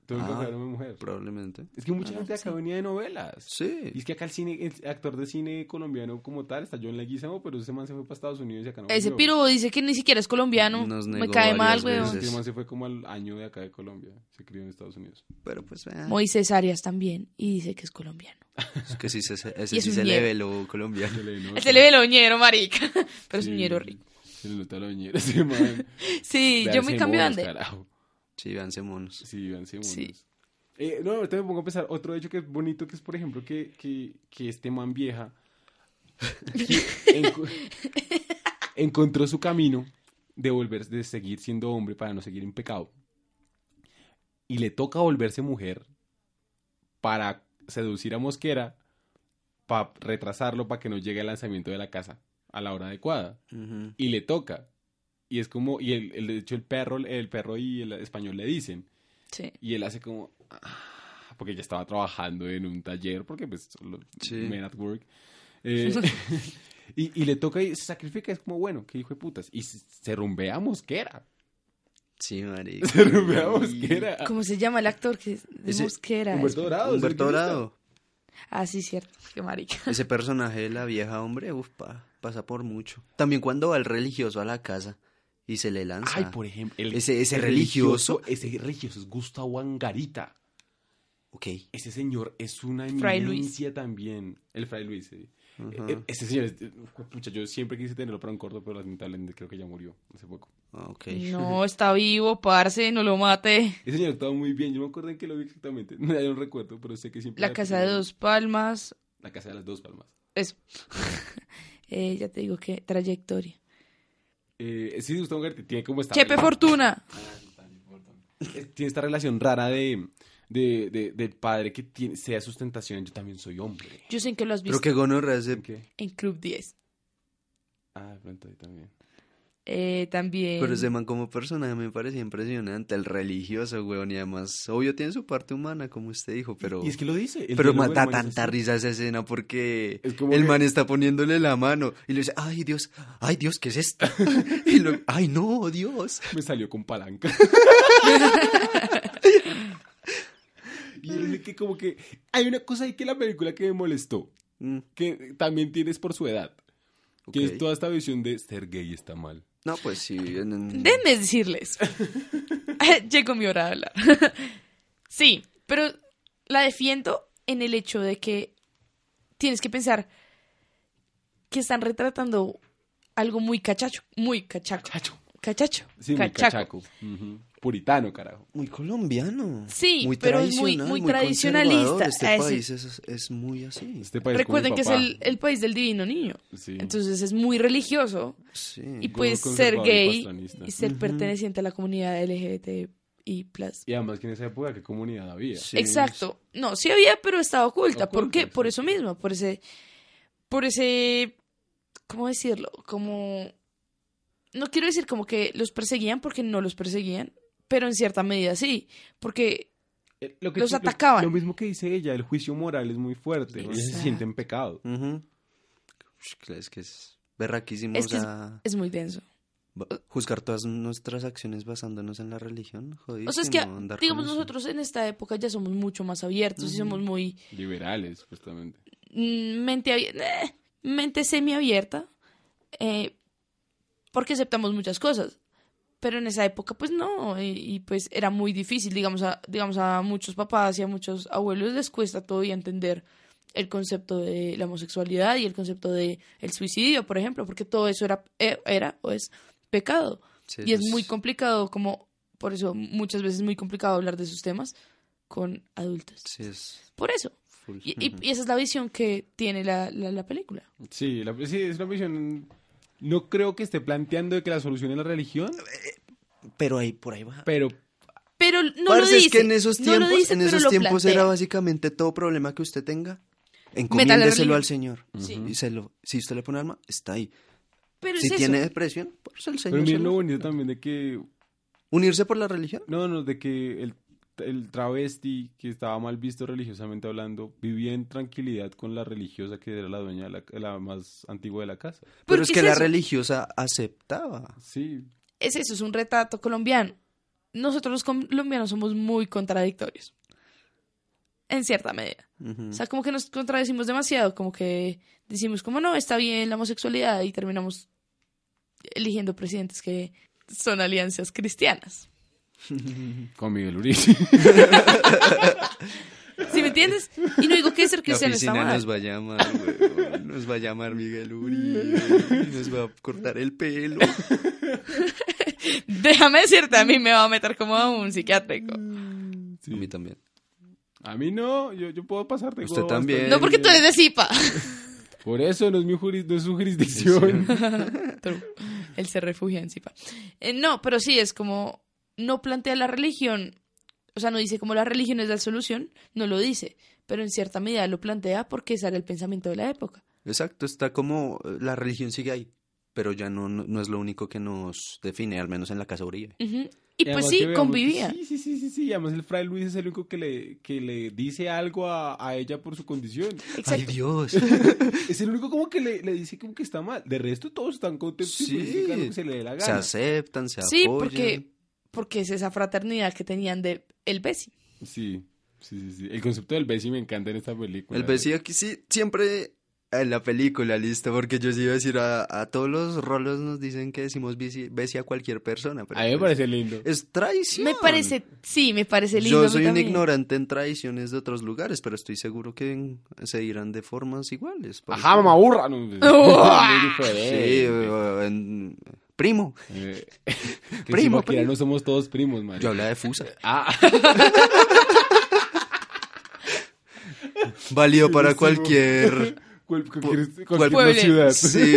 S1: tuve que
S3: Ah.
S1: coger a mi mujer.
S3: probablemente.
S1: Es que mucha
S2: Ah,
S1: gente acá
S2: sí.
S1: venía de novelas. Y
S3: Sí.
S1: es que acá el cine, el actor de cine colombiano como tal, está John Leguizamo, pero ese man se fue para Estados Unidos y acá no
S2: Ese
S1: volvió.
S2: piro dice que ni siquiera es colombiano.
S3: Nos
S2: Me
S3: negó
S2: cae mal,
S3: varias
S2: weón.
S3: veces.
S1: Ese man se fue como al año de acá de Colombia, se crió en Estados Unidos.
S3: Pero pues, eh,
S2: Moisés Arias también y dice que es colombiano.
S3: es que sí se, ese
S2: Y es
S3: sí
S2: un
S3: se
S2: ñero.
S3: le ve lo colombiano.
S1: Se le nota.
S2: Él se le ve lo ñero, marica. Pero es
S1: Sí,
S2: un ñero rico.
S1: Se le nota lo ñero ese man.
S2: Sí, yo me
S1: Véanse
S2: cambio de
S1: monos,
S2: ande.
S1: carajo.
S3: Sí, véanse monos.
S1: Sí, véanse monos.
S2: Sí.
S1: Eh, no, ahorita me pongo a pensar otro hecho que es bonito, que es, por ejemplo, que, que, que este man vieja que enco- encontró su camino de volver, de seguir siendo hombre para no seguir en pecado. Y le toca volverse mujer para seducir a Mosquera, para retrasarlo, para que no llegue el lanzamiento de la casa a la hora adecuada
S3: Ujú.
S1: y le toca. Y es como, y el, el- de hecho el perro, el perro y el español le dicen.
S2: Sí.
S1: Y él hace como, "Ah", porque ya estaba trabajando en un taller, porque pues solo
S3: Sí.
S1: men at work. Eh, y, y le toca y se sacrifica, es como, bueno, qué hijo de putas. Y se- se rumbea a Mosquera.
S3: Sí, marica.
S1: Se rumbea a Mosquera.
S2: ¿Cómo se llama el actor que es de
S3: Ese-
S2: Mosquera?
S1: Humberto Dorado. es el
S3: Humberto
S1: guionista.
S3: Dorado.
S2: Ah, sí, cierto. Qué marica.
S3: Ese personaje de la vieja, hombre, uf, pa- pasa por mucho. También cuando va el religioso a la casa y se le lanza.
S1: Ay, por ejemplo. el-
S3: Ese- ese
S1: el
S3: religioso.
S1: Ese religioso es Gustavo Angarita.
S3: Ok.
S1: Ese señor es una
S2: Fray Luis.
S1: eminencia también. El Fray Luis, sí.
S3: Ajá.
S1: E- Ese señor, es- pucha, yo siempre quise tenerlo para un corto, pero lamentablemente creo que ya murió hace poco.
S3: Ah, ok.
S2: No, está vivo, parce, no lo mate.
S1: Ese señor estaba muy bien, yo no me acuerdo en qué lo vi exactamente. No, ya no recuerdo, pero sé que siempre.
S2: La
S1: era
S2: Casa
S1: como-
S2: de Dos Palmas.
S1: La casa de las dos palmas.
S2: Eso. Eh, ya te digo que trayectoria.
S1: Eh, sí, Gustavo Garte tiene como esta.
S2: Chepe Fortuna.
S1: Eh, Tiene esta relación rara de, de, de- del padre que tiene, sea sustentación. Yo también soy hombre.
S2: Yo sé que lo has visto
S3: Pero que gonorrea ese.
S1: ¿Qué?
S2: en Club 10.
S1: Ah, de pronto ahí también.
S2: Eh, también.
S3: Pero ese
S1: Em,
S3: man como personaje me parece impresionante. El religioso, weón. Y además, obvio, tiene su parte humana, como usted dijo, pero.
S1: Y es que lo dice. el
S3: Pero
S1: diálogo del
S3: mata
S1: man es
S3: tanta
S1: así.
S3: risa esa escena porque
S1: Es como
S3: el
S1: que-
S3: man está poniéndole la mano y le dice, ay Dios, ay Dios, ¿qué es esto? y lo, ay no, Dios.
S1: Me salió con palanca. y él dice que como que hay una cosa ahí que la película que me molestó,
S3: Mm,
S1: que también tienes por su edad,
S3: ok.
S1: que es toda esta visión de ser gay está mal.
S3: No, pues sí. en- en-
S2: Déjenme decirles. Llegó mi hora de hablar. sí, pero la defiendo en el hecho de que tienes que pensar que están retratando algo muy cachacho. Muy cachaco.
S1: Cachacho.
S2: Cachacho.
S1: Sí, muy cachaco. Ujú. Puritano, carajo.
S3: Muy colombiano.
S2: Sí, pero es muy- muy tradicionalista.
S3: conservador. Este
S2: Ah, ese-
S3: país es, es muy así.
S1: Este país
S2: Recuerden
S1: como mi
S2: que es
S1: papá.
S2: el, el país del divino niño.
S1: Sí.
S2: Entonces es muy religioso.
S3: Sí.
S2: Y
S1: Con-
S2: pues ser
S1: conservador y
S2: gay
S1: pastanista.
S2: y ser
S3: Ujú.
S2: perteneciente a la comunidad LGBTI+.
S1: Y además que en esa época, ¿qué comunidad había?
S3: Sí,
S2: Exacto. No, sí había, pero estaba oculta. ¿Por
S1: Oculta,
S2: qué? Por eso
S1: exacto.
S2: mismo, por ese... Por ese... ¿Cómo decirlo? Como... No quiero decir como que los perseguían porque no los perseguían, pero en cierta medida sí, porque
S1: Eh, Lo
S2: Los
S1: lo-
S2: atacaban.
S1: Lo, mismo que dice ella, el juicio moral es muy fuerte. ¿no? Ellos se
S2: Exacto.
S1: sienten pecado.
S3: Ujú. Ush, que Es que es berraquísimo.
S2: Es
S3: o
S2: que es-
S3: sea,
S2: es muy denso.
S3: ba- juzgar todas nuestras acciones basándonos en la religión. Jodido.
S2: O sea, es que, digamos, nosotros en esta época ya somos mucho más abiertos y
S3: Ujú.
S2: somos muy...
S1: Liberales, justamente.
S2: mm, mente, abier- eh, mente semiabierta, eh, porque aceptamos muchas cosas. Pero en esa época, pues no, y, y, pues era muy difícil, digamos a, digamos a muchos papás y a muchos abuelos les cuesta todavía entender el concepto de la homosexualidad y el concepto de el suicidio, por ejemplo, porque todo eso era, eh, era o es pecado. Y es muy complicado, como por eso muchas veces es muy complicado hablar de esos temas con adultos.
S3: Sí, es
S2: Por eso.
S3: full.
S2: Y, y- y esa es la visión que tiene la, la, la película.
S1: Sí, la- sí, es una visión No creo que esté planteando de que la solución es la religión,
S3: Pero ahí, por ahí va.
S1: pero
S2: Pero no lo
S3: Parce,
S2: dice.
S3: es que en esos
S2: no lo
S3: tiempos,
S2: dice,
S3: en
S2: pero
S3: esos
S2: lo
S3: tiempos
S2: plantea.
S3: era básicamente todo problema que usted tenga,
S2: religión.
S3: encomiéndeselo al Señor.
S2: Sí.
S3: Y se lo, si usted le pone alma, está ahí.
S2: Pero
S3: Si
S2: es
S3: tiene
S2: eso.
S3: depresión, pues el Señor.
S1: Pero
S3: se
S1: miren
S3: lo-
S1: lo bonito también de que.
S3: Unirse por la religión.
S1: No, no, de que el, el travesti que estaba mal visto religiosamente hablando vivía en tranquilidad con la religiosa que era la dueña, de la, la más antigua de la casa.
S2: Porque
S3: Pero es
S2: es
S3: que la
S2: eso.
S3: religiosa aceptaba.
S1: Sí.
S2: Es eso, es un retrato colombiano. Nosotros los colombianos somos muy contradictorios. En cierta medida.
S3: Ujú.
S2: O sea, como que nos contradecimos demasiado, como que decimos, como no, está bien la homosexualidad y terminamos eligiendo presidentes que son alianzas cristianas.
S1: Con Miguel Uribe.
S2: ¿Sí me entiendes? Y no digo que ser
S3: La
S2: cristiano está
S3: oficina
S2: mal.
S3: nos va a llamar, weón. Nos va a llamar Miguel Uribe. y Nos va a cortar el pelo.
S2: Déjame decirte, a mí me va a meter como a un psiquiátrico.
S1: Mm. Sí.
S3: A mí también.
S1: A mí no, yo, yo puedo pasarte.
S3: Usted también.
S2: No porque tú eres de Zipa.
S1: Por eso no es, mi juris- no es su jurisdicción.
S2: True. Él se refugia en Zipa. Eh, no, pero sí, es como, no plantea la religión, o sea, no dice como la religión es la solución, no lo dice, pero en cierta medida lo plantea porque ese era el pensamiento de la época.
S3: Exacto, está como eh, la religión sigue ahí, pero ya no, no, no es lo único que nos define, al menos en la casa Uribe.
S2: Ujú. Y pues
S1: además que
S2: sí,
S1: veamos que
S2: convivía.
S1: Sí, sí, sí, sí, sí. Además el fray Luis es el único que le, que le dice algo a, a ella por su condición.
S3: ¡Ay,
S2: Exacto.
S3: Dios!
S1: Es el único como que le, le dice como que está mal. De resto todos están contentos y
S3: Sí.
S1: felices de lo que se le dé la
S3: se
S1: gana.
S3: aceptan, se
S2: Sí,
S3: apoyan.
S2: porque, porque es esa fraternidad que tenían de el Bessi.
S1: Sí, sí, sí, sí. El concepto del Bessie me encanta en esta película.
S3: El vecino aquí sí, siempre en la película, listo, porque yo sí iba a decir a, a todos los rolos nos dicen que decimos besi, besi a cualquier persona. Pero
S1: A mí me
S3: pues,
S1: parece lindo.
S3: Es traición.
S2: Me parece, sí, me parece lindo. a
S3: Yo
S2: mí
S3: soy un
S2: también.
S3: ignorante en tradiciones de otros lugares, pero estoy seguro que en- se dirán de formas iguales. por
S1: Ajá,
S3: ejemplo.
S1: mamá burra. No, es muy
S3: Sí,
S1: diferente.
S3: eh, en- primo.
S1: Eh, que
S3: Primo,
S1: encima que ya
S3: primo.
S1: no somos todos primos, man.
S3: Yo hablaba de fusa.
S1: Ah.
S3: Válido para
S1: Sí, sí,
S3: cualquier.
S1: Cual- cualquier,
S3: Pu-
S1: cualquier
S2: Pueblo.
S1: ciudad.
S3: Sí.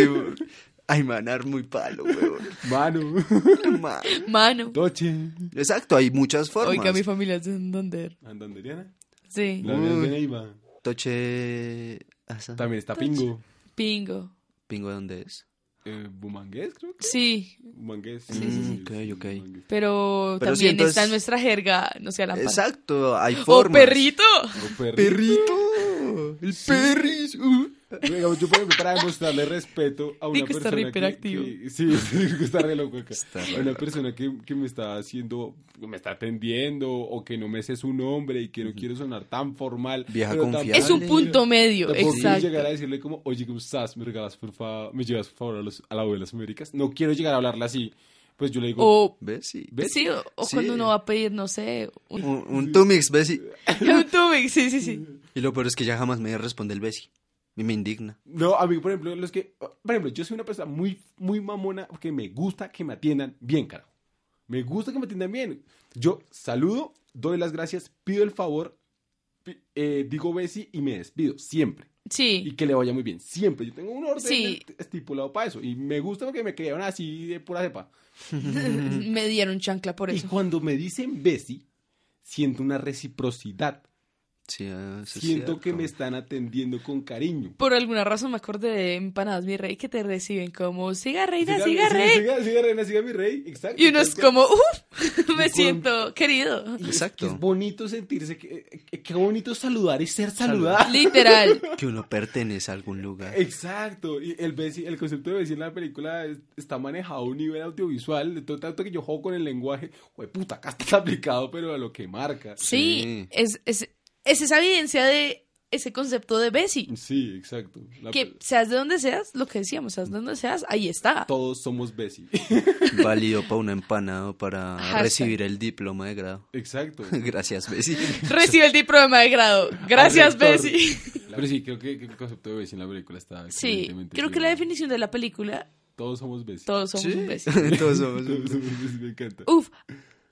S3: Ay, manar muy palo, weón.
S1: Mano,
S3: Man.
S2: Mano.
S1: Toche.
S3: Exacto, hay muchas formas.
S2: Oiga, mi familia es de Santander.
S1: Andanderiana.
S2: Sí.
S1: La Unión de
S3: Uy.
S1: Neiva.
S3: Toche. Asa.
S1: También está Pingo.
S2: Pingo.
S3: ¿Pingo de dónde es?
S1: Eh, Bumangués, creo que.
S2: Sí,
S1: Bumangués.
S3: Sí, sí, sí. Ok, ok.
S1: Bumangués.
S2: pero,
S3: Pero sí,
S2: también
S3: entonces-
S2: está en nuestra jerga, no sea la
S3: Exacto, hay
S2: ¡Oh,
S3: formas.
S2: perrito!
S1: O perri-
S3: Perrito. El perris. uh.
S1: Digamos, yo, por ejemplo, para demostrarle respeto a una
S2: Rico está
S1: persona.
S2: re hiperactivo.
S1: que- sí, sí, Rico está re loco acá.
S3: Está re
S1: a una
S3: loco.
S1: persona que, que me está haciendo, me está atendiendo, o que no me sé su nombre y que no quiero sonar tan formal.
S3: Vieja
S1: pero tampoco
S3: confiable.
S2: Es un
S1: quiero-
S2: punto medio,
S1: Tampoco quiero
S2: exacto.
S1: llegar a decirle como, oye, ¿cómo estás? ¿Me regalas, por favor? ¿Me llevas, por favor, a, los, a la abuela de las Américas? No quiero llegar a hablarle así. Pues yo le digo,
S2: O,
S3: Besi.
S1: ¿ves?
S2: sí, o, o
S3: Sí.
S2: cuando uno va a pedir, no sé, un,
S3: Un, un Tumix, Besi.
S2: un tubic, sí, sí, sí.
S3: Y lo peor es que ya jamás me responde el Besi. Y me indigna.
S1: No, a mí, por ejemplo, los que... Por ejemplo, yo soy una persona muy, muy mamona porque me gusta que me atiendan bien, carajo. Me gusta que me atiendan bien. Yo saludo, doy las gracias, pido el favor, pi- eh, digo Bessie y me despido, siempre. Y
S2: Sí,
S1: que le vaya muy bien, siempre. Yo tengo un orden
S2: Sí.
S1: estipulado para eso. Y me gusta porque me crearon así de pura cepa.
S2: me dieron chancla por
S1: Y
S2: eso.
S1: cuando me dicen Bessie, siento una reciprocidad.
S3: Sí, ah, eso es
S1: siento que
S3: cierto.
S1: me están atendiendo con cariño.
S2: Por alguna razón me acordé de Empanadas Mi Rey que te reciben como, siga reina,
S1: Siga-
S2: siga rey.
S1: Siga, siga, reina, siga mi rey. Exacto.
S2: Y uno es
S1: Tal cual.
S2: como, uff, me
S1: Y con-
S2: siento querido.
S1: Y es-
S3: Exacto.
S1: que Es, bonito sentirse, que, que- qué bonito saludar y ser saludado.
S2: Literal.
S3: Que uno pertenece a algún lugar.
S1: Exacto, y el, veci- el concepto de vecino en la película es- está manejado a un nivel audiovisual, de todo tanto que yo juego con el lenguaje, güey, puta, acá está aplicado, pero a lo que marca.
S2: Sí,
S3: Sí.
S2: Es, es, es esa evidencia de ese concepto de Bessie.
S1: Sí, exacto. La-
S2: Que seas de donde seas, lo que decíamos, seas de donde seas, ahí está.
S1: Todos somos Bessie.
S3: Válido para una empanada o para
S2: Hashtag.
S3: recibir el diploma de grado.
S1: Exacto.
S3: Gracias, Besi.
S2: Recibe el diploma de grado. Gracias,
S1: Al rector.
S2: Bessie.
S1: Pero sí, creo que, que el concepto de Bessie en la película está.
S2: Sí,
S1: excelentemente
S2: creo que la
S1: llevado.
S2: definición de la película,
S1: Todos somos Bessie.
S2: todos somos
S3: Sí.
S2: un Bessie.
S3: Todos somos
S1: Todos somos Bessie, me encanta.
S2: Uf,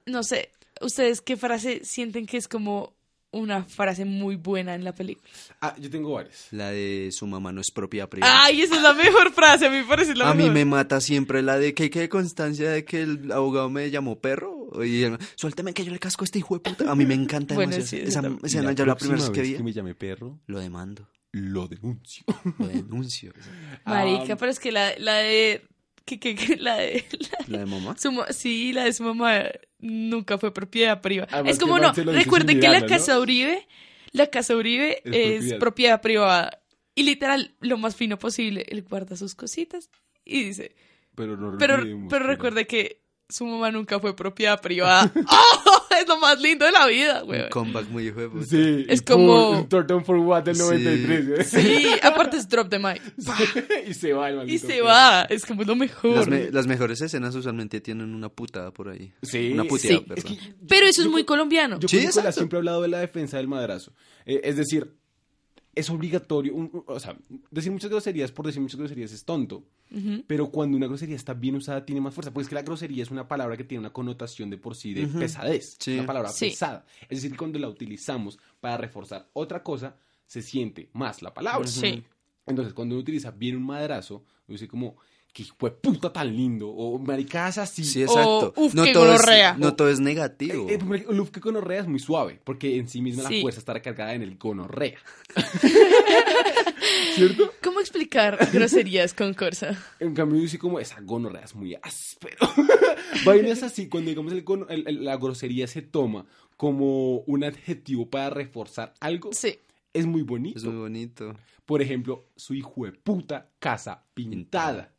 S2: no sé, ¿ustedes qué frase sienten que es como una frase muy buena en la película.
S1: Ah, yo tengo varias.
S3: La de su mamá no es propia privada.
S2: Ay, esa es la mejor frase, a mí me parece la
S3: A mí
S2: mejor.
S3: me mata siempre la de que quede constancia de que el abogado me llamó perro. Y él, suélteme que yo le casco a este hijo de puta. A mí me encanta
S2: Bueno,
S3: demasiado.
S2: sí,
S3: esa
S2: la-
S1: Y
S3: escena yo la primera vez
S1: próxima
S3: que vi.
S1: que me llame perro,
S3: Lo demando.
S1: lo denuncio.
S3: Lo denuncio.
S2: Marica,
S1: Ah,
S2: pero es que la, la de... Que, que, que- la de... la-
S3: La de mamá.
S2: su ma- sí, la de su mamá nunca fue propiedad privada.
S1: Además
S2: es como
S1: que
S2: no,
S1: Marcelo dice
S2: recuerden
S1: sin
S2: que la
S1: mirarla, ¿no?
S2: Casa Uribe, la Casa Uribe
S1: Es
S2: es,
S1: propiedad.
S2: propiedad privada. Y literal, lo más fino posible, él guarda sus cositas y dice,
S1: Pero, no
S2: pero,
S1: olvidemos,
S2: pero
S1: mira.
S2: recuerde que su mamá nunca fue propiedad privada. ¡Oh! Es lo más lindo de la vida,
S3: Un
S2: güey.
S3: comeback muy hijo de puta.
S1: Sí,
S2: Es
S1: y
S2: como-
S1: pum, el Thornton for What del
S3: Sí.
S1: 93. ¿eh?
S2: Sí, aparte es drop the mic.
S1: y se va el maldito
S2: Y se
S1: perro.
S2: va, es como lo
S3: Las,
S2: mejor.
S3: me- las mejores escenas usualmente tienen una putada por ahí.
S1: Sí,
S3: Una puteada,
S2: sí.
S3: perdón.
S2: Pero eso es
S1: Yo-
S2: muy colombiano.
S1: Yo
S3: Sí,
S1: con Nicolás
S3: exacto.
S1: siempre he hablado de la defensa del madrazo. Eh, es decir, es obligatorio. un- un- o sea, decir muchas groserías por decir muchas groserías es tonto.
S2: Ujú.
S1: Pero cuando una grosería está bien usada, tiene más fuerza. Pues es que la grosería es una palabra que tiene una connotación de por sí de
S3: Ujú.
S1: pesadez.
S3: Sí.
S1: Una palabra
S2: Sí.
S1: pesada. Es decir, cuando la utilizamos para reforzar otra cosa, se siente más la palabra.
S2: Sí.
S1: Entonces, cuando uno utiliza bien un madrazo, uno dice como, que hijo de puta tan lindo. O maricadas así.
S3: Sí, exacto.
S1: Oh,
S2: uf,
S3: no,
S2: qué
S3: todo
S2: gonorrea.
S3: es, no todo es negativo.
S1: Eh, eh, porque el que gonorrea es muy suave, porque en sí misma
S2: Sí.
S1: la fuerza está recargada en el gonorrea.
S2: ¿Cómo explicar groserías con Corsa?
S1: En cambio, yo sí como esa gonorrea es muy áspero. Vainas así, cuando digamos el gono- el- el- la grosería se toma como un adjetivo para reforzar algo,
S2: Sí.
S1: es muy bonito.
S3: Es muy bonito.
S1: Por ejemplo, su hijo de puta casa pintada.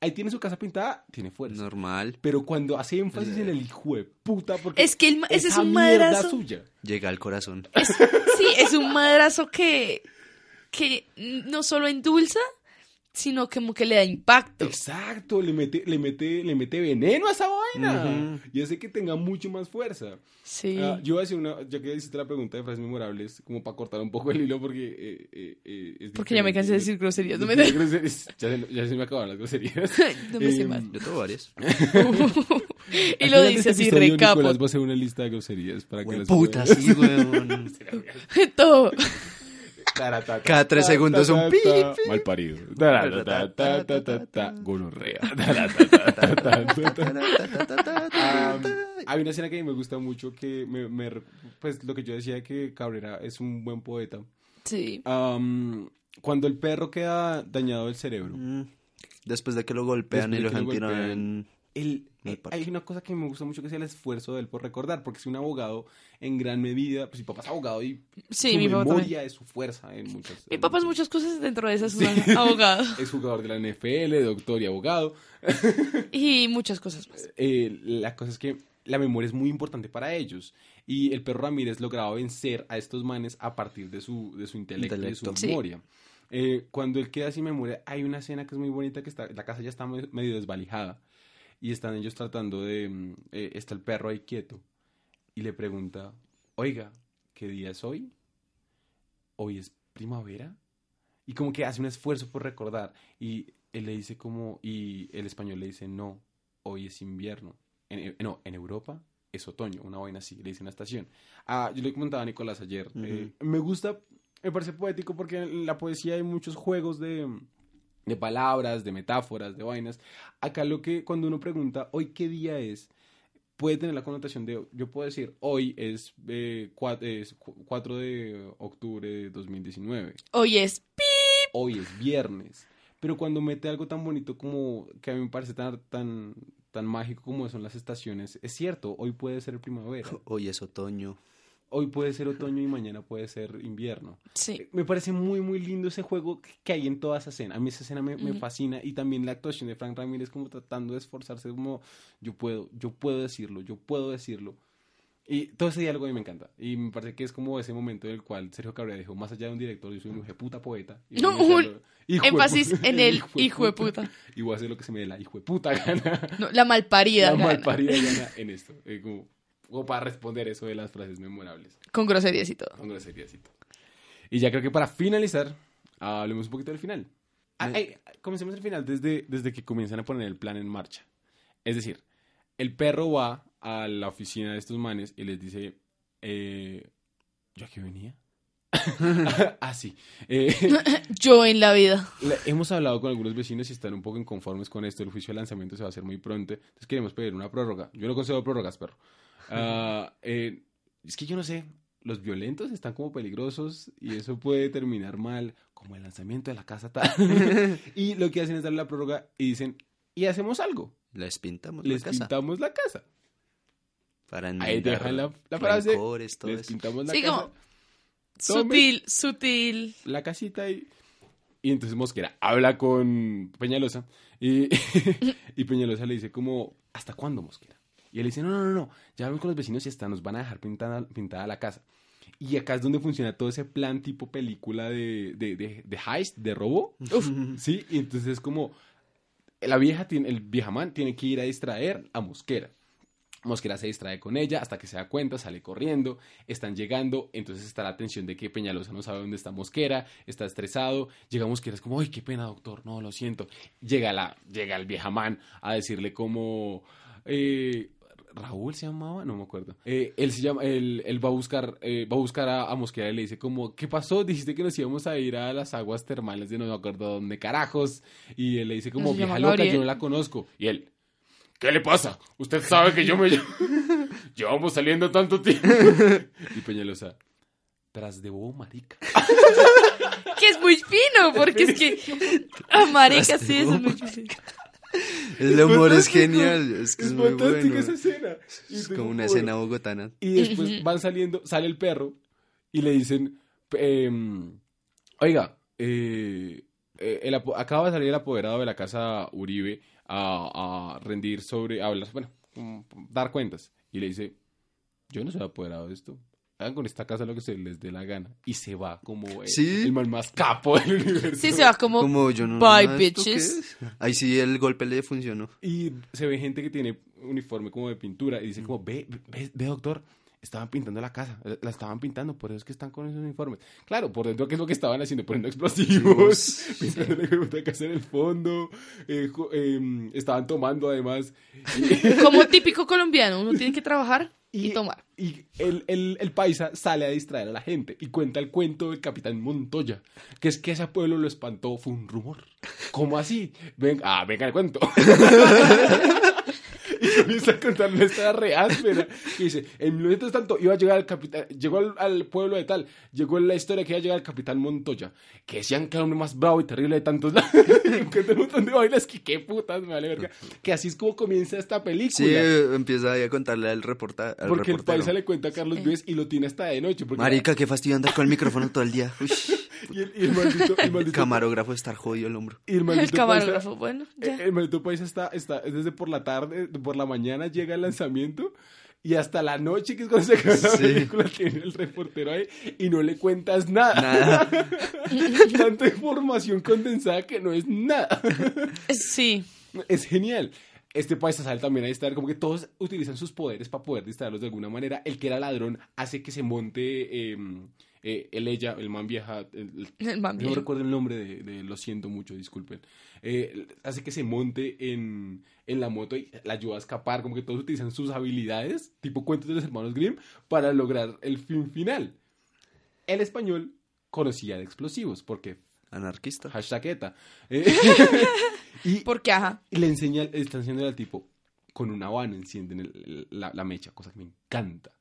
S1: Ahí tiene su casa pintada, tiene fuerza.
S3: Normal.
S1: Pero cuando hace énfasis en el hijo de puta, porque
S2: Es que el ma- ese es
S1: esa
S2: un
S1: mierda
S2: madrazo.
S1: suya.
S3: Llega al corazón.
S2: Sí, es un madrazo que, que no solo endulza, sino como que le da impacto.
S1: Exacto, le mete, le mete, le mete veneno a esa vaina.
S3: Ujú.
S1: Y hace que tenga mucho más fuerza.
S2: Sí.
S1: Ah, yo voy a hacer una, ya que hiciste la pregunta de frases memorables, como para cortar un poco el hilo porque eh, eh, eh, es
S2: Porque ya me
S1: diferente.
S2: cansé de decir groserías. No me,
S1: Las groserías- ya, se, ya se me acabaron las groserías.
S2: no me sé
S1: Eh,
S2: más.
S3: Yo tengo varias.
S2: y
S1: Al
S2: lo
S1: final de
S2: dice
S1: este
S2: así,
S1: episodio,
S2: recapo.
S1: Nicolás va a hacer una lista de groserías para que
S3: Güey,
S1: las
S3: puta, sí, weón.
S2: Todo.
S3: Cada tres segundos un pi, pi.
S1: Mal parido. Gonorrea. Taratatatata. Ah, hay una escena que a mí me gusta mucho que me, me re- pues lo que yo decía que Cabrera es un buen poeta.
S2: Sí.
S1: Am, cuando el perro queda dañado del cerebro,
S3: Mm. Después de que lo golpean
S1: Después
S3: y
S1: de
S3: lo
S1: que lo
S3: dejan tirado
S1: golpean.
S3: en...
S1: el-
S3: Me
S1: eh,
S3: parece.
S1: hay una cosa que me gusta mucho que es el esfuerzo de él por recordar, porque si un abogado en gran medida, pues mi papá es abogado y
S2: Sí,
S1: su
S2: mi papá
S1: memoria
S2: también.
S1: es su fuerza en muchas.
S2: Mi
S1: en
S2: papá es
S1: muchas-
S2: muchas cosas dentro de esas, un abogado.
S1: es jugador de la NFL, doctor y abogado.
S2: Y muchas cosas más.
S1: eh, la cosa es que la memoria es muy importante para ellos. Y el perro Ramírez lograba vencer a estos manes a partir de su, de su intelecto, y de
S3: Intelecto.
S1: su
S2: Sí.
S1: memoria. Eh, cuando él queda sin memoria, hay una escena que es muy bonita, que está, la casa ya está me- medio desvalijada. Y están ellos tratando de... mm, eh, está el perro ahí quieto. Y le pregunta, oiga, ¿qué día es hoy? ¿Hoy es primavera? Y como que hace un esfuerzo por recordar. Y él le dice como... Y el español le dice, no, hoy es invierno. En, eh, no, en Europa es otoño, una vaina así, le dice una estación. Ah, yo le comentaba a Nicolás ayer, eh, me gusta, me parece poético porque en la poesía hay muchos juegos de, de palabras, de metáforas, de vainas. Acá lo que cuando uno pregunta, hoy qué día es, puede tener la connotación de, yo puedo decir, hoy es, eh, cua- es cu- 4 de octubre de 2019
S2: Oye, es
S1: hoy es viernes. Pero cuando mete algo tan bonito como que a mí me parece tan, tan, tan mágico como son las estaciones, es cierto, hoy puede ser primavera,
S3: Hoy es otoño.
S1: hoy puede ser otoño y mañana puede ser invierno.
S2: Sí.
S1: Me parece muy, muy lindo ese juego que- que hay en toda esa escena. A mí esa escena me, me
S2: Ujú.
S1: fascina y también la actuación de Frank Ramírez como tratando de esforzarse como yo puedo, yo puedo decirlo, yo puedo decirlo. Y todo ese diálogo a mí me encanta. Y me parece que es como ese momento en el cual Sergio Cabrera dijo, más allá de un director, yo soy un hijo de puta poeta. Y
S2: No,
S1: voy a hacer
S2: un
S1: lo- hijo de
S2: Énfasis
S1: puta,
S2: en el hijo de puta.
S1: Y voy a hacer lo que se me dé la hijo de puta gana.
S2: No, la
S1: La
S2: malparida. gana.
S1: malparida gana en esto. Eh, como, como para responder eso de las frases memorables.
S2: Con groserías y todo.
S1: Con groserías y todo. Y ya creo que para finalizar, hablemos un poquito del final. Ah, ay, comencemos el final desde, desde que comienzan a poner el plan en marcha. Es decir, el perro va a la oficina de estos manes y les dice, eh, ¿Yo a qué venía? ah, sí. Eh,
S2: Yo en la vida.
S1: la- hemos hablado con algunos vecinos y están un poco inconformes con esto. El juicio de lanzamiento se va a hacer muy pronto. Entonces queremos pedir una prórroga. Yo no concedo prórrogas, perro. Ah, eh, es que yo no sé. Los violentos están como peligrosos y eso puede terminar mal, como el lanzamiento de la casa tal. y lo que hacen es darle la prórroga y dicen, y hacemos algo.
S3: Les pintamos
S1: Les
S3: la casa.
S1: pintamos la casa.
S3: Para
S1: Ahí
S3: enmendar
S1: dejan la, la frase.
S3: rencores, todo
S1: Les
S3: eso.
S1: pintamos la
S2: Sí,
S1: casa.
S2: como-
S1: Tome.
S2: Sutil, sutil.
S1: la casita y, y entonces Mosquera habla con Peñalosa y, y Peñalosa le dice como, ¿hasta cuándo Mosquera? Y él dice, no, no, no, no, ya hablamos con los vecinos y hasta nos van a dejar pintada, pintada la casa. Y acá es donde funciona todo ese plan tipo película de, de, de, de heist, de robo. Sí, y entonces es como, la vieja, tiene, el viejamán tiene que ir a distraer a Mosquera. Mosquera se distrae con ella hasta que se da cuenta, sale corriendo, están llegando, entonces está la tensión de que Peñalosa no sabe dónde está Mosquera, está estresado, llega Mosquera, es como, ay, qué pena, doctor, no, lo siento. Llega, la, llega el viejamán a decirle como, eh, Raúl se llamaba, no me acuerdo. Eh, él se llama, él, él va a buscar, eh, va a buscar a, a Mosquera y le dice como, ¿qué pasó? Dijiste que nos íbamos a ir a las aguas termales de no me acuerdo dónde carajos. Y él le dice como,
S2: se llama
S1: vieja loca,
S2: Gabriel.
S1: yo no la conozco. Y él, ¿Qué le pasa? Usted sabe que yo me lle- llevamos saliendo tanto tiempo. y Peñalosa, tras de bobo marica.
S2: Que es muy fino, porque es que. Ah, marica, sí, eso es muy fino.
S3: El humor es
S1: fantástico.
S3: genial, es que es, muy bueno. Es
S1: escena. Y entonces,
S3: como
S1: bueno,
S3: una escena bogotana.
S1: Y después van saliendo, sale el perro y le dicen, em, oiga, eh, eh, el apo- acaba de salir el apoderado de la casa Uribe a, a rendir sobre, a hablar, bueno, mm, dar cuentas. Y le dice, yo no soy apoderado de esto. Hagan con esta casa lo que se les dé la gana. Y se va como eh,
S3: Sí.
S1: el man más capo del universo.
S2: Sí, se va como.
S3: Como yo no.
S2: Bye,
S3: nada, ¿esto qué
S2: bitches.
S3: es? Ahí sí el golpe le funcionó.
S1: Y se ve gente que tiene uniforme como de pintura y dice como, ve, ve, ve, doctor, estaban pintando la casa, eh, la estaban pintando, por eso es que están con esos uniformes. Claro, por dentro, ¿qué es lo que estaban haciendo? Poniendo explosivos, pintando la hijueputa casa en el fondo, eh, ju- em, estaban tomando además.
S2: Como típico colombiano, uno tiene que trabajar y, tomar.
S1: Y el, el, el paisa sale a distraer a la gente y cuenta el cuento del capitán Montoya, que es que ese pueblo lo espantó, fue un rumor. ¿Cómo así? Ven, ah, venga el cuento. y comienza a contarle esta re áspera. Y dice, en mientras tanto iba a llegar al capitán, llegó al, al pueblo de tal, llegó la historia que iba a llegar el capitán Montoya, que decían que era el hombre más bravo y terrible de tantos lados. y cuenta un montón de bailas que qué putas, me vale verga. Que así es como comienza esta película.
S3: Sí, eh, empieza ahí a contarle al, reporta, al
S1: Porque el
S3: reportero.
S1: paisa le cuenta a Carlos
S2: Sí.
S1: Vives y lo tiene hasta de noche. Porque
S3: Marica, qué fastidio andar con el micrófono todo el día. Uy,
S1: Y el, y el maldito, el maldito,
S3: camarógrafo estar jodido el hombro.
S1: y el
S2: El
S1: maldito Eh,
S2: camarógrafo, bueno,
S1: paisa. El,
S2: ya.
S1: el maldito paisa está, está es desde por la tarde, por la mañana llega el lanzamiento. Y hasta la noche, que es cuando se acaba la
S3: Sí.
S1: película, tiene el reportero ahí y no le cuentas nada.
S3: Nada.
S1: Tanta información condensada que no es nada.
S2: Sí.
S1: Es genial. Este paisa sale también a distraer, como que todos utilizan sus poderes para poder distraerlos de alguna manera. El que era ladrón hace que se monte eh, eh, el ella, el man vieja, el- el-
S2: El man
S1: no
S2: viejo.
S1: recuerdo el nombre de, de- lo siento mucho, disculpen. Eh, hace que se monte en, en la moto y la ayuda a escapar, como que todos utilizan sus habilidades, tipo cuentos de los hermanos Grimm, para lograr el fin final. El español conocía de explosivos, porque
S3: Anarquista.
S1: hashtag ETA. Eh, y,
S2: Porque, ajá.
S1: y le enseña, le está enseñando al tipo, con una habana encienden el- el- la, la mecha, cosa que me encanta.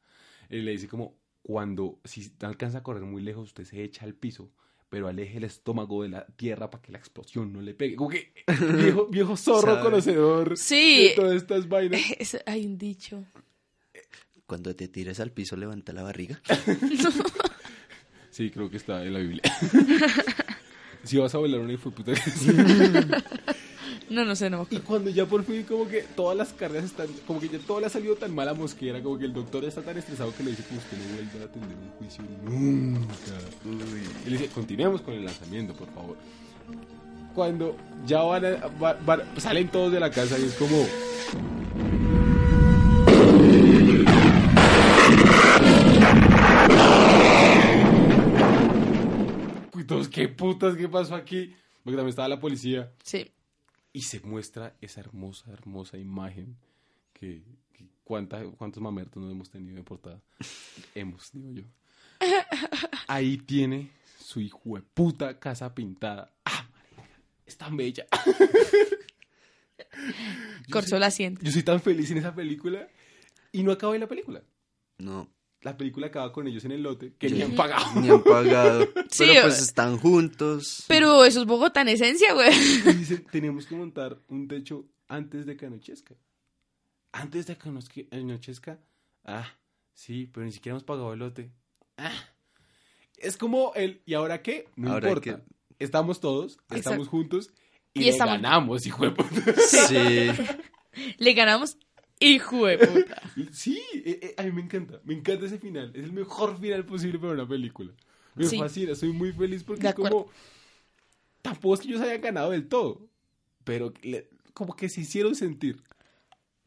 S1: Eh, le dice como, cuando, si alcanza a correr muy lejos, usted se echa al piso, pero aleje el estómago de la tierra para que la explosión no le pegue. Como que, viejo, viejo zorro
S3: Sabe.
S1: conocedor
S2: Sí.
S1: de todas estas vainas.
S2: Es- hay un dicho.
S3: Cuando te tires al piso, levanta la barriga.
S1: Sí, creo que está en la Biblia. si vas a volar una hijo de puta
S2: No, no sé, no me acuerdo.
S1: Y cuando ya por fin como que todas las carreras están, como que ya todo le ha salido tan mala mosquera, como que el doctor está tan estresado que le dice que usted no vuelva a atender un juicio nunca. Y le dice, continuemos con el lanzamiento, por favor. Cuando ya van a- va- van- salen todos de la casa y es como... Uy, todos, qué putas, qué pasó aquí. Porque también estaba la policía.
S2: Sí.
S1: Y se muestra esa hermosa, hermosa imagen que, que cuánta- cuántos mamertos no hemos tenido de portada. Hemos, digo yo. Ahí tiene su hijo de puta casa pintada. ¡Ah, marica! Es tan bella.
S2: Cortó la asiento.
S1: Yo soy tan feliz en esa película. Y no acaba ahí la película.
S3: No,
S1: La película acaba con ellos en el lote que
S3: Yo-
S1: ni han pagado.
S3: ni han pagado.
S2: Sí,
S3: pero pues
S2: eh.
S3: están juntos.
S2: Pero eso es Bogotá en esencia, güey.
S1: Y dicen, tenemos que montar un techo antes de que anochezca. Antes de que anosque- anochezca. Ah, sí, pero ni siquiera hemos pagado el lote. Ah. Es como el, ¿y ahora qué? No
S3: Ahora
S1: importa. Estamos todos, estamos juntos y,
S2: Y
S1: le
S2: estamos-
S1: ganamos, hijo de puta.
S3: Sí.
S2: Le ganamos, hijo de puta.
S1: Sí, eh, eh, a mí me encanta, me encanta ese final. Es el mejor final posible para una película. Me
S2: Sí.
S1: fascina, soy muy feliz porque
S2: De
S1: es como... Tampoco es que ellos hayan ganado del todo, pero le- como que se hicieron sentir.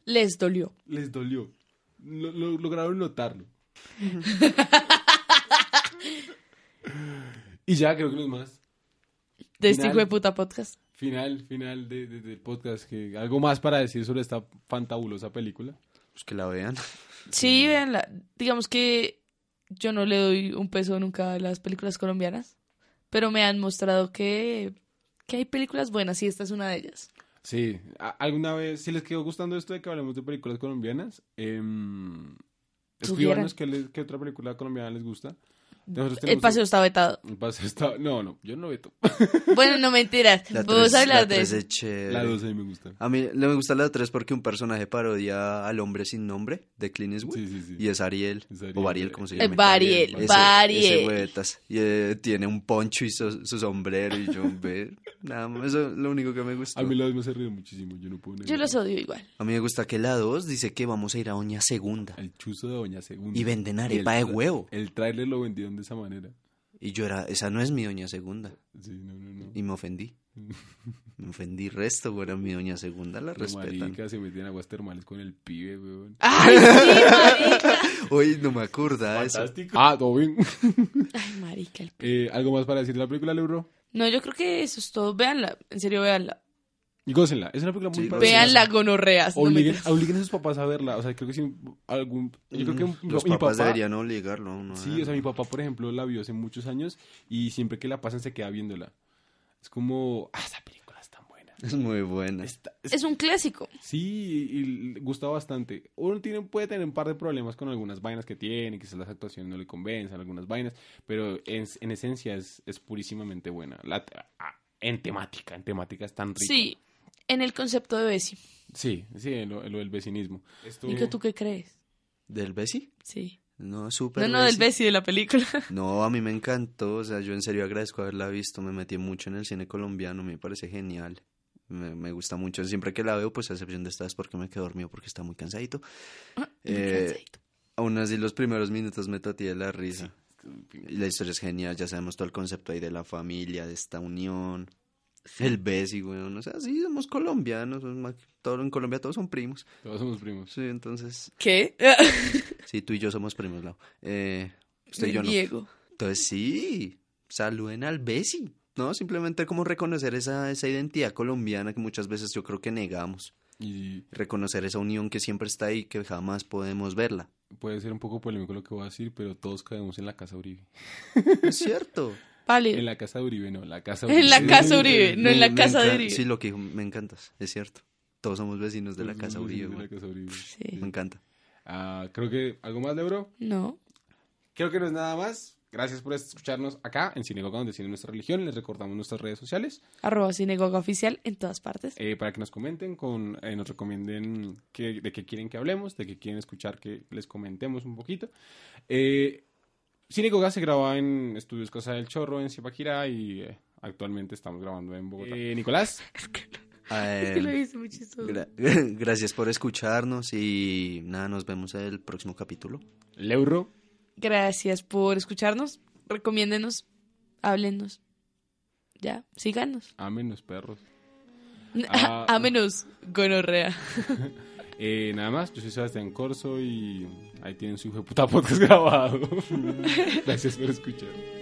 S2: Les dolió.
S1: les dolió. Lo, lo- lograron notarlo. y ya creo que no es más.
S2: De este
S1: Final.
S2: hijo de puta podcast.
S1: Final, final de- de- del podcast. Que, ¿Algo más para decir sobre esta fantabulosa película?
S3: Pues que la vean.
S2: Sí, véanla. Digamos que yo no le doy un peso nunca a las películas colombianas, pero me han mostrado que, que hay películas buenas y esta es una de ellas.
S1: Sí, a- alguna vez, si les quedó gustando esto de que hablemos de películas colombianas, em, escríbanos qué, les- qué otra película colombiana les gusta. Nosotros
S2: El
S1: tenemos-
S2: paseo está vetado.
S1: El paseo está- No, no, yo no veto.
S2: Bueno, no mentiras.
S3: La
S2: Vamos
S3: tres-
S2: a hablar
S3: la
S2: de
S3: tres
S2: eso.
S3: es chévere.
S2: Eh,
S1: La dos a mí me gusta.
S3: A mí le me gusta la 3 porque un personaje parodia al hombre sin nombre de Clint Eastwood.
S1: Sí, sí, sí.
S3: Y es Ariel,
S1: Es Ariel.
S3: o Ariel, como se
S2: Eh,
S3: llama.
S2: Bariel,
S1: Ese-
S2: Bariel.
S3: huevetas. Y eh, tiene un poncho y su, su sombrero y yo, ve, nada más, eso es lo único que me gusta.
S1: A mí la dos me hace reír muchísimo, yo no puedo
S2: Yo
S1: negarlo.
S2: los odio igual.
S3: me gusta que la 2 dice que vamos a ir a Oña Segunda
S1: El chuzo de Doña Segunda.
S3: y venden
S1: Y el
S3: arepa de
S1: tra-
S3: huevo.
S1: El tráiler lo vendieron de esa manera.
S3: Y yo era, esa no es mi Oña Segunda.
S1: Sí, no, no, no.
S3: Y me ofendí. Me ofendí resto, güey, era mi Oña Segunda, la
S1: Pero,
S3: respetan.
S1: marica, se metían aguas termales con el pibe, weón.
S2: ¡Ay, sí, marica!
S3: Uy, no me acuerda eso.
S1: Ah, todo bien.
S2: Ay, marica. el-
S1: Eh, ¿Algo más para decir de la película, Leuro?
S2: No, yo creo que eso es todo. Véanla. En serio, véanla.
S1: Y gócenla. Es una película muy
S3: Sí,
S1: padre.
S3: gócenla.
S2: Véanla, gonorreas. No
S1: Obliguen,
S2: mentiras.
S1: obliguen a sus papás a verla. O sea, creo que si algún... Yo creo que un-
S3: Mm, Los
S1: mi
S3: papás
S1: papá...
S3: deberían obligarlo a uno.
S1: Sí, o sea, mi papá, por ejemplo, la vio hace muchos años y siempre que la pasan se queda viéndola. Es como... Ah, esa película es tan buena.
S3: Es muy buena.
S1: Está- es-
S2: Es un clásico.
S1: Sí, y y gusta bastante. Uno tiene, puede tener un par de problemas con algunas vainas que tiene, quizás las actuaciones no le convenzan, algunas vainas, pero en, en esencia es, es purísimamente buena. La, ah, en temática, en temática es tan rica.
S2: Sí, en el concepto de Bessie.
S1: Sí, sí, en lo, en lo del vecinismo. Esto-
S2: Nico, ¿tú qué crees?
S3: ¿Del Bessie?
S2: Sí.
S3: No, súper.
S2: no, no, del
S3: Bessie.
S2: Bessie de la película.
S3: No, a mí me encantó, o sea, yo en serio agradezco haberla visto, me metí mucho en el cine colombiano, me parece genial, me, me gusta mucho, siempre que la veo, pues a excepción de esta vez porque me quedo dormido porque está muy cansadito, Eh,
S2: Cansadito.
S3: aún así los primeros minutos me tatí de la risa, y la historia es genial, ya sabemos todo el concepto ahí de la familia, de esta unión, el Bessie, weón, o sea, sí, somos colombianos, somos ma- todo, en Colombia todos son primos,
S1: Todos somos primos.
S3: sí, entonces,
S2: ¿Qué?
S3: sí, tú y yo somos primos, Lau, eh, usted y yo no.
S2: Diego.
S3: Entonces sí, saluden al Bessie, ¿no? Simplemente como reconocer esa, esa identidad colombiana que muchas veces yo creo que negamos.
S1: Y
S3: Reconocer esa unión que siempre está ahí, que jamás podemos verla.
S1: puede ser un poco polémico lo que voy a decir, pero todos caemos en la casa Uribe.
S3: Es cierto.
S1: En
S2: Vale.
S1: la casa de Uribe, no, la casa
S2: En la
S1: Uribe.
S2: casa Uribe, no en la
S3: Me- me
S2: casa de
S3: encan-
S2: Uribe.
S3: Sí, lo que dijo, me encantas, es cierto. Todos somos vecinos de la
S1: Todos
S3: casa
S1: somos
S3: Uribe,
S1: vecinos de
S3: güey.
S1: la casa Uribe.
S2: Sí.
S3: Me encanta.
S1: Ah, creo que algo más, Lebro.
S2: No.
S1: Creo que no es nada más. Gracias por escucharnos acá en Sinagoga, donde tiene nuestra religión. Les recordamos nuestras redes sociales
S2: Arroba sinagoga oficial en todas partes.
S1: eh, para que nos comenten, con, eh, nos recomienden qué- de qué quieren que hablemos, de qué quieren escuchar que les comentemos un poquito. Eh, Sinagoga se graba en Estudios Casa del Chorro, en Zipaquirá y eh, actualmente estamos grabando en Bogotá. Eh, Nicolás,
S2: Es que lo
S3: Eh,
S2: hice muy chistoso.
S3: gra- gracias por escucharnos y nada, nos vemos en el próximo capítulo.
S1: Leuro,
S2: Gracias por escucharnos. Recomiéndenos. Háblennos. Ya, síganos.
S1: amen los perros. Ah.
S2: Ámenos, gonorrea.
S1: Eh, nada más, yo soy Sebastián Corso y ahí tienen su hijo de puta podcast grabado. Gracias por escuchar.